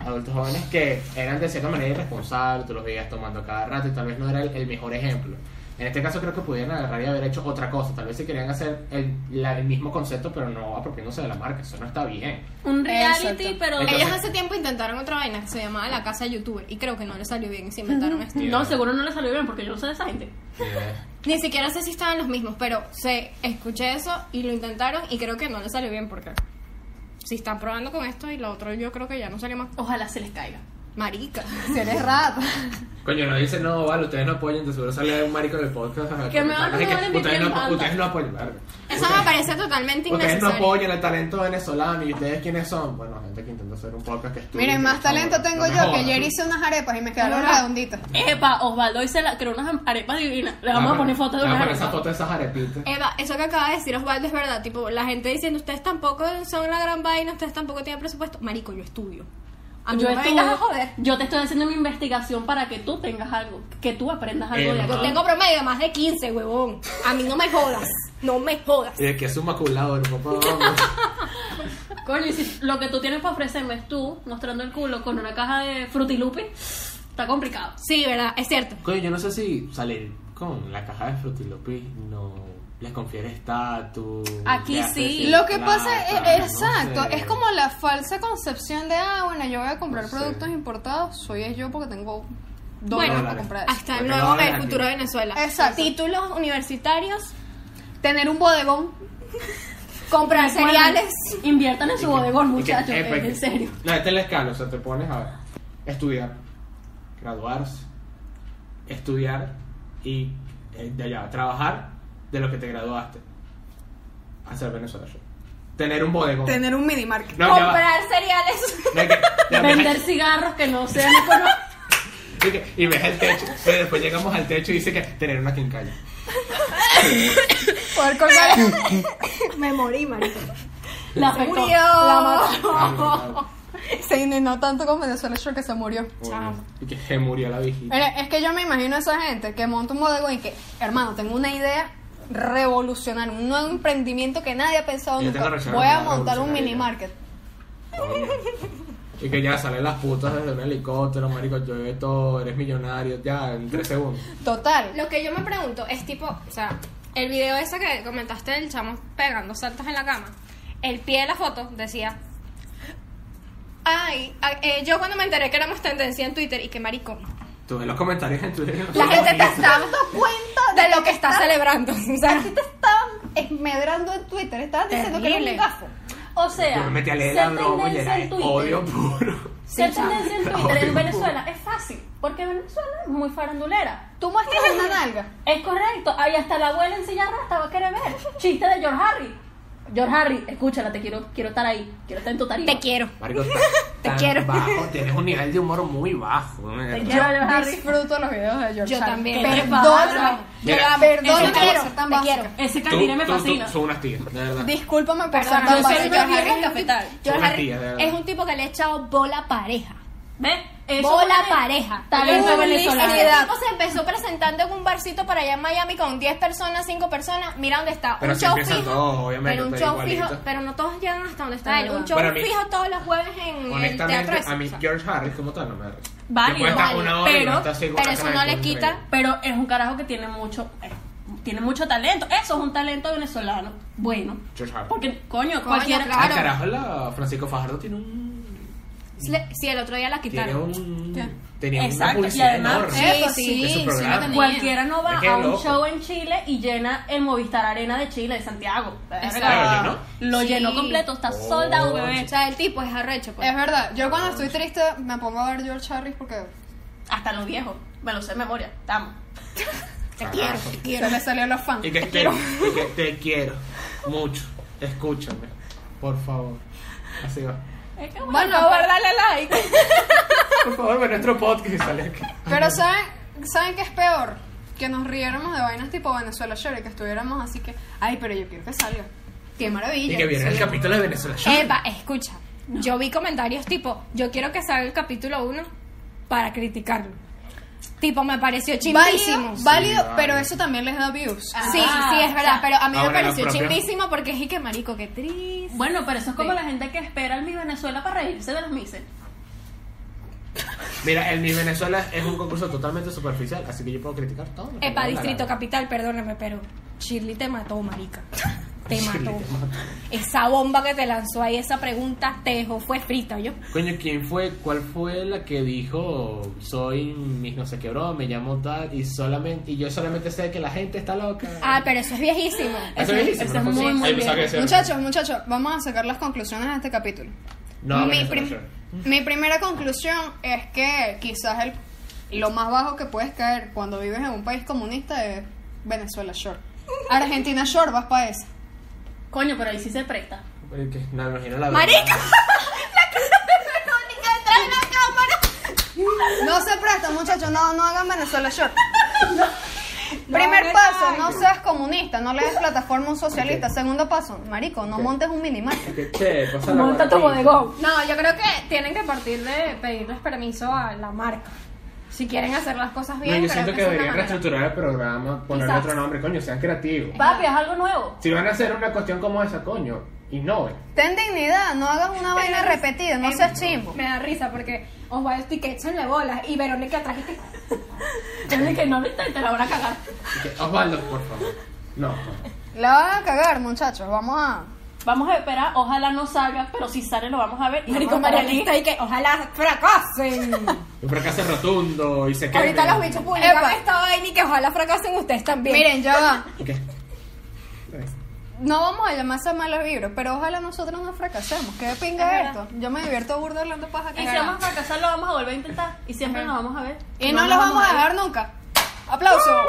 Speaker 6: Adultos jóvenes que eran de cierta manera irresponsables, tú los veías tomando cada rato y tal vez no era el, el mejor ejemplo. En este caso creo que pudieran agarrar y haber hecho otra cosa. Tal vez si querían hacer el, la- el mismo concepto, pero no apropiándose de la marca. Eso no está bien.
Speaker 2: Un reality,
Speaker 1: Exacto.
Speaker 2: pero.
Speaker 6: Entonces-
Speaker 4: Ellos hace tiempo intentaron otra vaina que se llamaba La Casa de Youtuber y creo que no le salió bien y se inventaron esto.
Speaker 2: no, seguro no le salió bien porque yo no sé de esa gente.
Speaker 4: Ni siquiera sé si estaban los mismos, pero se escuché eso y lo intentaron y creo que no le salió bien porque si están probando con esto y lo otro yo creo que ya no salió más
Speaker 2: Ojalá se les caiga.
Speaker 4: marica.
Speaker 1: Si eres rata.
Speaker 3: Coño, no dice no, vale, ustedes no apoyan, de seguro sale un marico del podcast. a
Speaker 2: Que me van a
Speaker 3: comentarles
Speaker 2: tomar en mi
Speaker 3: ustedes, no,
Speaker 2: tienda.
Speaker 3: ustedes no apoyan, verga.
Speaker 4: Eso me parece totalmente
Speaker 3: Ustedes no
Speaker 4: innecesario.
Speaker 3: apoyan el talento venezolano y ustedes quiénes son. Bueno, gente que intenta hacer un podcast que estudia.
Speaker 1: Miren, más
Speaker 3: No,
Speaker 1: talento
Speaker 3: no
Speaker 1: tengo
Speaker 3: me
Speaker 1: yo que
Speaker 3: jodas.
Speaker 1: ayer hice unas arepas y me quedaron
Speaker 2: Ajá.
Speaker 1: redonditas.
Speaker 2: Epa, Osvaldo hoy se la creó unas arepas divinas. Le
Speaker 3: Ah,
Speaker 2: vamos a poner fotos de
Speaker 3: Vamos
Speaker 2: unas
Speaker 3: a poner esa
Speaker 2: arepas.
Speaker 3: foto de esas arepitas.
Speaker 1: Eh.
Speaker 4: Eva, eso que acaba de decir Osvaldo es verdad. Tipo, la gente diciendo, ustedes tampoco son la gran vaina, ustedes tampoco tienen presupuesto. Marico, yo estudio. A mí
Speaker 2: Yo
Speaker 4: no me
Speaker 2: estuve-
Speaker 4: vengas a joder.
Speaker 2: Yo te estoy haciendo una investigación para que tú tengas algo, que tú aprendas algo
Speaker 3: Eh,
Speaker 2: de
Speaker 3: no.
Speaker 4: Yo
Speaker 2: algo.
Speaker 4: tengo promedio de más de 15, huevón. A mí no me jodas. No me jodas.
Speaker 3: Y es que es un maculador, papá. vamos.
Speaker 2: Coño, y si lo que tú tienes para ofrecerme es tú mostrando el culo con una caja de frutilupi, está complicado.
Speaker 4: Sí, verdad, es cierto.
Speaker 3: Coño, yo no sé si salir con la caja de Frutilopis no les confiere estatus.
Speaker 4: Aquí
Speaker 3: le hace
Speaker 4: sí.
Speaker 3: sin
Speaker 1: Lo que
Speaker 3: plata,
Speaker 1: pasa es,
Speaker 3: no
Speaker 1: exacto,
Speaker 3: sé.
Speaker 1: es como la falsa concepción de, ah, bueno, yo voy a comprar
Speaker 3: No sé.
Speaker 1: productos importados, soy es yo porque tengo dólares
Speaker 4: Bueno,
Speaker 1: para comprar. eso.
Speaker 4: hasta
Speaker 3: Porque
Speaker 4: luego
Speaker 3: no
Speaker 4: en
Speaker 3: hablan
Speaker 4: el
Speaker 3: aquí.
Speaker 4: futuro de Venezuela.
Speaker 1: Exacto.
Speaker 4: Títulos universitarios,
Speaker 1: Tener un bodegón,
Speaker 4: comprar cereales.
Speaker 2: Bueno, Inviertan en su bodegón,
Speaker 3: Y que, eh,
Speaker 2: muchachos,
Speaker 3: epa,
Speaker 2: es
Speaker 3: que-
Speaker 2: en serio.
Speaker 3: No, este es la escala, o sea, te pones a estudiar, graduarse, estudiar y eh, de allá, trabajar de lo que te graduaste. Hacer Venezuela Shop. Tener un bodegón.
Speaker 1: tener un mini market.
Speaker 3: No, ya va.
Speaker 4: comprar cereales.
Speaker 3: No, es que- ya ves-
Speaker 2: Vender cigarros que no sean económicos.
Speaker 3: y que- Y ves el techo, pero después llegamos al techo y dice que tener una quincalla.
Speaker 1: Poder colgar.
Speaker 4: me morí, marico.
Speaker 2: La afectó.
Speaker 1: murió.
Speaker 2: La mató.
Speaker 3: Ah, no, no.
Speaker 1: se indignó tanto con Venezuela Shore que se murió.
Speaker 3: Bueno, Y que se murió la viejita.
Speaker 1: Mira, es que yo me imagino a esa gente que monta un bodegón y que, hermano, tengo una idea revolucionaria, un nuevo emprendimiento que nadie ha pensado
Speaker 3: Yo tengo
Speaker 1: nunca.
Speaker 3: reserva
Speaker 1: Voy a
Speaker 3: para
Speaker 1: montar un
Speaker 3: revolucionaria.
Speaker 1: mini market.
Speaker 3: Y que ya salen las putas desde un helicóptero, marico, yo de todo, eres millonario, ya, en tres segundos.
Speaker 1: Total.
Speaker 4: Lo que yo me pregunto es tipo, o sea, el video ese que comentaste del chamo pegando saltos en la cama, el pie de la foto decía, ay, a- eh, yo cuando me enteré que éramos tendencia en Twitter y que marico,
Speaker 3: Tú ves los comentarios en Twitter.
Speaker 4: la gente te está
Speaker 1: dando cuenta
Speaker 4: de lo que está celebrando, o sea,
Speaker 1: Así te estaban esmedrando en Twitter, estaban diciendo que era
Speaker 4: Terrible.
Speaker 1: un gafo.
Speaker 2: O sea,
Speaker 3: Yo me metí a leer
Speaker 2: ser
Speaker 3: la broma y
Speaker 2: tendencia
Speaker 3: era
Speaker 2: en
Speaker 3: el
Speaker 2: Twitter.
Speaker 3: odio puro.
Speaker 2: Ser tendencia en Twitter
Speaker 3: Odio
Speaker 2: en
Speaker 3: puro.
Speaker 2: Venezuela es fácil, porque Venezuela es muy farandulera.
Speaker 1: Tú muestras una nalga.
Speaker 2: Es correcto, ahí hasta la abuela en silla de ruedas te va a querer ver. Chiste de George Harry. George Harry, escúchala, te quiero, quiero estar ahí, quiero estar en tu tarima.
Speaker 4: te quiero,
Speaker 3: Marico, ta-
Speaker 4: Te
Speaker 3: tan
Speaker 1: quiero.
Speaker 3: bajo, tienes un nivel de humor muy bajo.
Speaker 2: quiero, Harry.
Speaker 4: Disfruto los videos de George
Speaker 1: Yo
Speaker 4: Sand.
Speaker 1: también.
Speaker 2: ¿Qué te
Speaker 1: Perdóname.
Speaker 2: pasa?
Speaker 3: Mira,
Speaker 1: Perdóname
Speaker 2: eso te
Speaker 1: por
Speaker 2: quiero,
Speaker 1: ser tan
Speaker 4: te
Speaker 1: básica.
Speaker 4: quiero.
Speaker 2: Ese
Speaker 3: Tú-
Speaker 2: candiré me
Speaker 3: tú- tú-
Speaker 2: fascina.
Speaker 3: Son unas tías, de verdad.
Speaker 1: Discúlpame por ser
Speaker 4: Perdón,
Speaker 1: tan
Speaker 4: yo
Speaker 2: soy
Speaker 1: básica.
Speaker 2: una
Speaker 1: Harry
Speaker 2: vieja
Speaker 1: es un tipo-
Speaker 2: cafetal.
Speaker 3: Son
Speaker 7: George
Speaker 3: unas
Speaker 7: Harry
Speaker 3: tías, de verdad.
Speaker 7: es un tipo que le ha echado bola pareja.
Speaker 2: ¿Ves? Eso
Speaker 7: bola
Speaker 2: fue-
Speaker 7: pareja.
Speaker 2: Talento
Speaker 1: Uy,
Speaker 2: venezolano.
Speaker 1: seriedad.
Speaker 7: El tipo se empezó presentando en un barcito para allá en Miami con 10 personas, 5 personas. Mira dónde está.
Speaker 3: Pero
Speaker 7: un
Speaker 3: si
Speaker 7: show
Speaker 3: empiezan
Speaker 7: fijo.
Speaker 3: todos, obviamente,
Speaker 7: pero un
Speaker 3: está
Speaker 7: show
Speaker 3: igualito.
Speaker 7: fijo. Pero no todos llegan hasta donde está.
Speaker 2: Bueno,
Speaker 7: él. un
Speaker 2: bueno.
Speaker 7: show
Speaker 3: Bueno, a mí-
Speaker 7: fijo todos los jueves en el teatro.
Speaker 3: Honestamente,
Speaker 7: ese.
Speaker 3: a mí George Harris como tal no me ríe.
Speaker 2: Válido,
Speaker 3: Después está
Speaker 2: válido,
Speaker 3: una hora y
Speaker 2: pero-
Speaker 3: no está así con
Speaker 7: pero
Speaker 3: la
Speaker 7: eso
Speaker 3: cara
Speaker 7: no
Speaker 3: de
Speaker 7: le
Speaker 3: culo
Speaker 7: quita-
Speaker 3: increíble.
Speaker 2: Pero es un carajo que tiene mucho, eh, tiene mucho talento. Eso es un talento venezolano. Bueno.
Speaker 3: George Harris.
Speaker 2: Porque, coño, cualquiera.
Speaker 1: claro.
Speaker 3: Ah, carajo, la Francisco Fajardo tiene un...
Speaker 7: Le- Sí, el otro día la
Speaker 3: Tiene
Speaker 7: quitaron.
Speaker 3: un... Tenía una
Speaker 2: Exacto, y
Speaker 3: publicidad
Speaker 2: además- eh,
Speaker 3: enorme.
Speaker 1: Eso
Speaker 7: Sí,
Speaker 1: sí,
Speaker 3: de su
Speaker 1: sí,
Speaker 3: programa.
Speaker 1: lo tenía.
Speaker 2: Cualquiera no va
Speaker 3: Me quedé
Speaker 2: a un
Speaker 3: loco.
Speaker 2: show en Chile y llena el Movistar Arena de Chile, de Santiago. Verga.
Speaker 3: Claro,
Speaker 2: Lo
Speaker 7: Sí.
Speaker 2: llenó completo, está
Speaker 3: Oh.
Speaker 2: soldado, bebé.
Speaker 7: O sea, el tipo es arrecho. pues.
Speaker 1: Es verdad, yo cuando estoy triste me pongo a ver George Harris porque
Speaker 2: Hasta los viejos. Me lo sé de memoria. Estamos.
Speaker 3: Carajo.
Speaker 1: se le salió los fans.
Speaker 3: Y que, te, y que te quiero mucho. Escúchame, por favor. Así va.
Speaker 2: Es que
Speaker 1: Bueno,
Speaker 4: Por favor, dale like.
Speaker 3: Por favor, ve nuestro podcast y sale aquí.
Speaker 1: Pero ¿saben, ¿saben qué es peor? Que nos riéramos de vainas tipo Venezuela Shore, que estuviéramos así que, ay, pero yo quiero que salga. ¡Qué maravilla!
Speaker 3: Y que viene el
Speaker 1: Sí.
Speaker 3: capítulo de Venezuela.
Speaker 4: Eva, escucha. Yo vi comentarios tipo, yo quiero que salga el capítulo 1 para criticarlo. Tipo, me pareció
Speaker 1: Válido,
Speaker 4: chimbísimo. Ah.
Speaker 1: válido, Ah.
Speaker 3: Sí,
Speaker 1: pero
Speaker 3: vale.
Speaker 1: eso también les da views.
Speaker 4: Sí, sí, es verdad, pero a mí me
Speaker 3: Ahora los
Speaker 4: pareció
Speaker 3: propios-
Speaker 4: chimbísimo porque es y que marico, qué triste.
Speaker 2: Bueno, pero eso es como la gente que espera el Mi Venezuela para reírse de los mises.
Speaker 3: Mira, el Mi Venezuela es un concurso totalmente superficial, así que yo puedo criticar todo. lo que me
Speaker 4: Epa,
Speaker 3: dé la
Speaker 4: Distrito
Speaker 3: gana.
Speaker 4: Capital, perdóname, pero Shirley te mató, marica. Te
Speaker 3: Shirley
Speaker 4: mató.
Speaker 3: te mató.
Speaker 4: Esa bomba que te lanzó ahí, esa pregunta, te dejó, fue frita, yo.
Speaker 3: Coño, ¿quién fue? ¿Cuál fue la que dijo soy mis no sé qué bro, me llamo tal y solamente y yo solamente sé que la gente está loca?
Speaker 4: Ah, pero eso es viejísimo.
Speaker 3: Eso es bellísimo,
Speaker 2: eso es
Speaker 3: ¿no?
Speaker 2: muy,
Speaker 3: Sí.
Speaker 2: muy
Speaker 3: Ahí pensaba que
Speaker 2: bien.
Speaker 3: decía-
Speaker 1: Muchachos, muchachos, vamos a sacar las conclusiones de este capítulo.
Speaker 3: No,
Speaker 1: mi,
Speaker 3: Venezuela
Speaker 1: prim-
Speaker 3: Shore.
Speaker 1: mi primera conclusión es que quizás el, lo más bajo que puedes caer cuando vives en un país comunista es Venezuela Shore. Argentina Shore, vas para esa.
Speaker 2: Coño, pero ahí sí se presta.
Speaker 3: Eh, que- No, me imagino la
Speaker 4: Marica.
Speaker 1: No se presta, muchachos, no, no hagan Venezuela Short. Primer paso, no seas comunista, no le des plataforma a un socialista. Segundo paso, marico, no montes un minimarket.
Speaker 3: Que, che, pasa la
Speaker 2: Monta tu
Speaker 3: barriga.
Speaker 2: bodegón.
Speaker 4: No, yo creo que tienen que partir de pedirles permiso a la marca. Si quieren hacer las cosas
Speaker 3: No,
Speaker 4: bien,
Speaker 3: yo
Speaker 4: creo
Speaker 3: siento que
Speaker 4: esa es la
Speaker 3: deberían
Speaker 4: manera.
Speaker 3: reestructurar el programa, ponerle
Speaker 4: Quizás.
Speaker 3: otro nombre, coño, sean creativos.
Speaker 2: Papi, es algo nuevo.
Speaker 3: Si van a hacer una cuestión como esa, coño, innoven.
Speaker 1: Ten dignidad, no hagas una vaina repetida, no seas chimbo.
Speaker 4: Me da risa porque Osvaldo y que echanle bolas y Verónica trajiste.
Speaker 2: Yo dije, no lo intentes, la van a cagar.
Speaker 3: Y que, Osvaldo, por favor. No.
Speaker 1: La van a cagar, muchachos, vamos a...
Speaker 2: Vamos a esperar, ojalá no salga, pero si sale lo vamos a ver. Y
Speaker 4: Marico
Speaker 2: vamos a estar
Speaker 4: Marianita y que ojalá fracasen.
Speaker 3: Un fracaso rotundo y se quede.
Speaker 4: Ahorita los bichos publican
Speaker 1: Epa.
Speaker 4: esta vaina y que ojalá fracasen ustedes también.
Speaker 1: Miren, ya va.
Speaker 3: ¿Y qué?
Speaker 1: No vamos a llamar esa mala vibra, pero ojalá nosotros no fracasemos. Qué pinga
Speaker 2: Es verdad.
Speaker 1: esto. Yo me divierto burda hablando paja
Speaker 2: aquí.
Speaker 1: que
Speaker 2: Y si vamos a fracasar, lo vamos a volver a intentar. Y siempre nos vamos a ver.
Speaker 1: Y no, los vamos a
Speaker 2: ver.
Speaker 1: dejar nunca. Aplauso.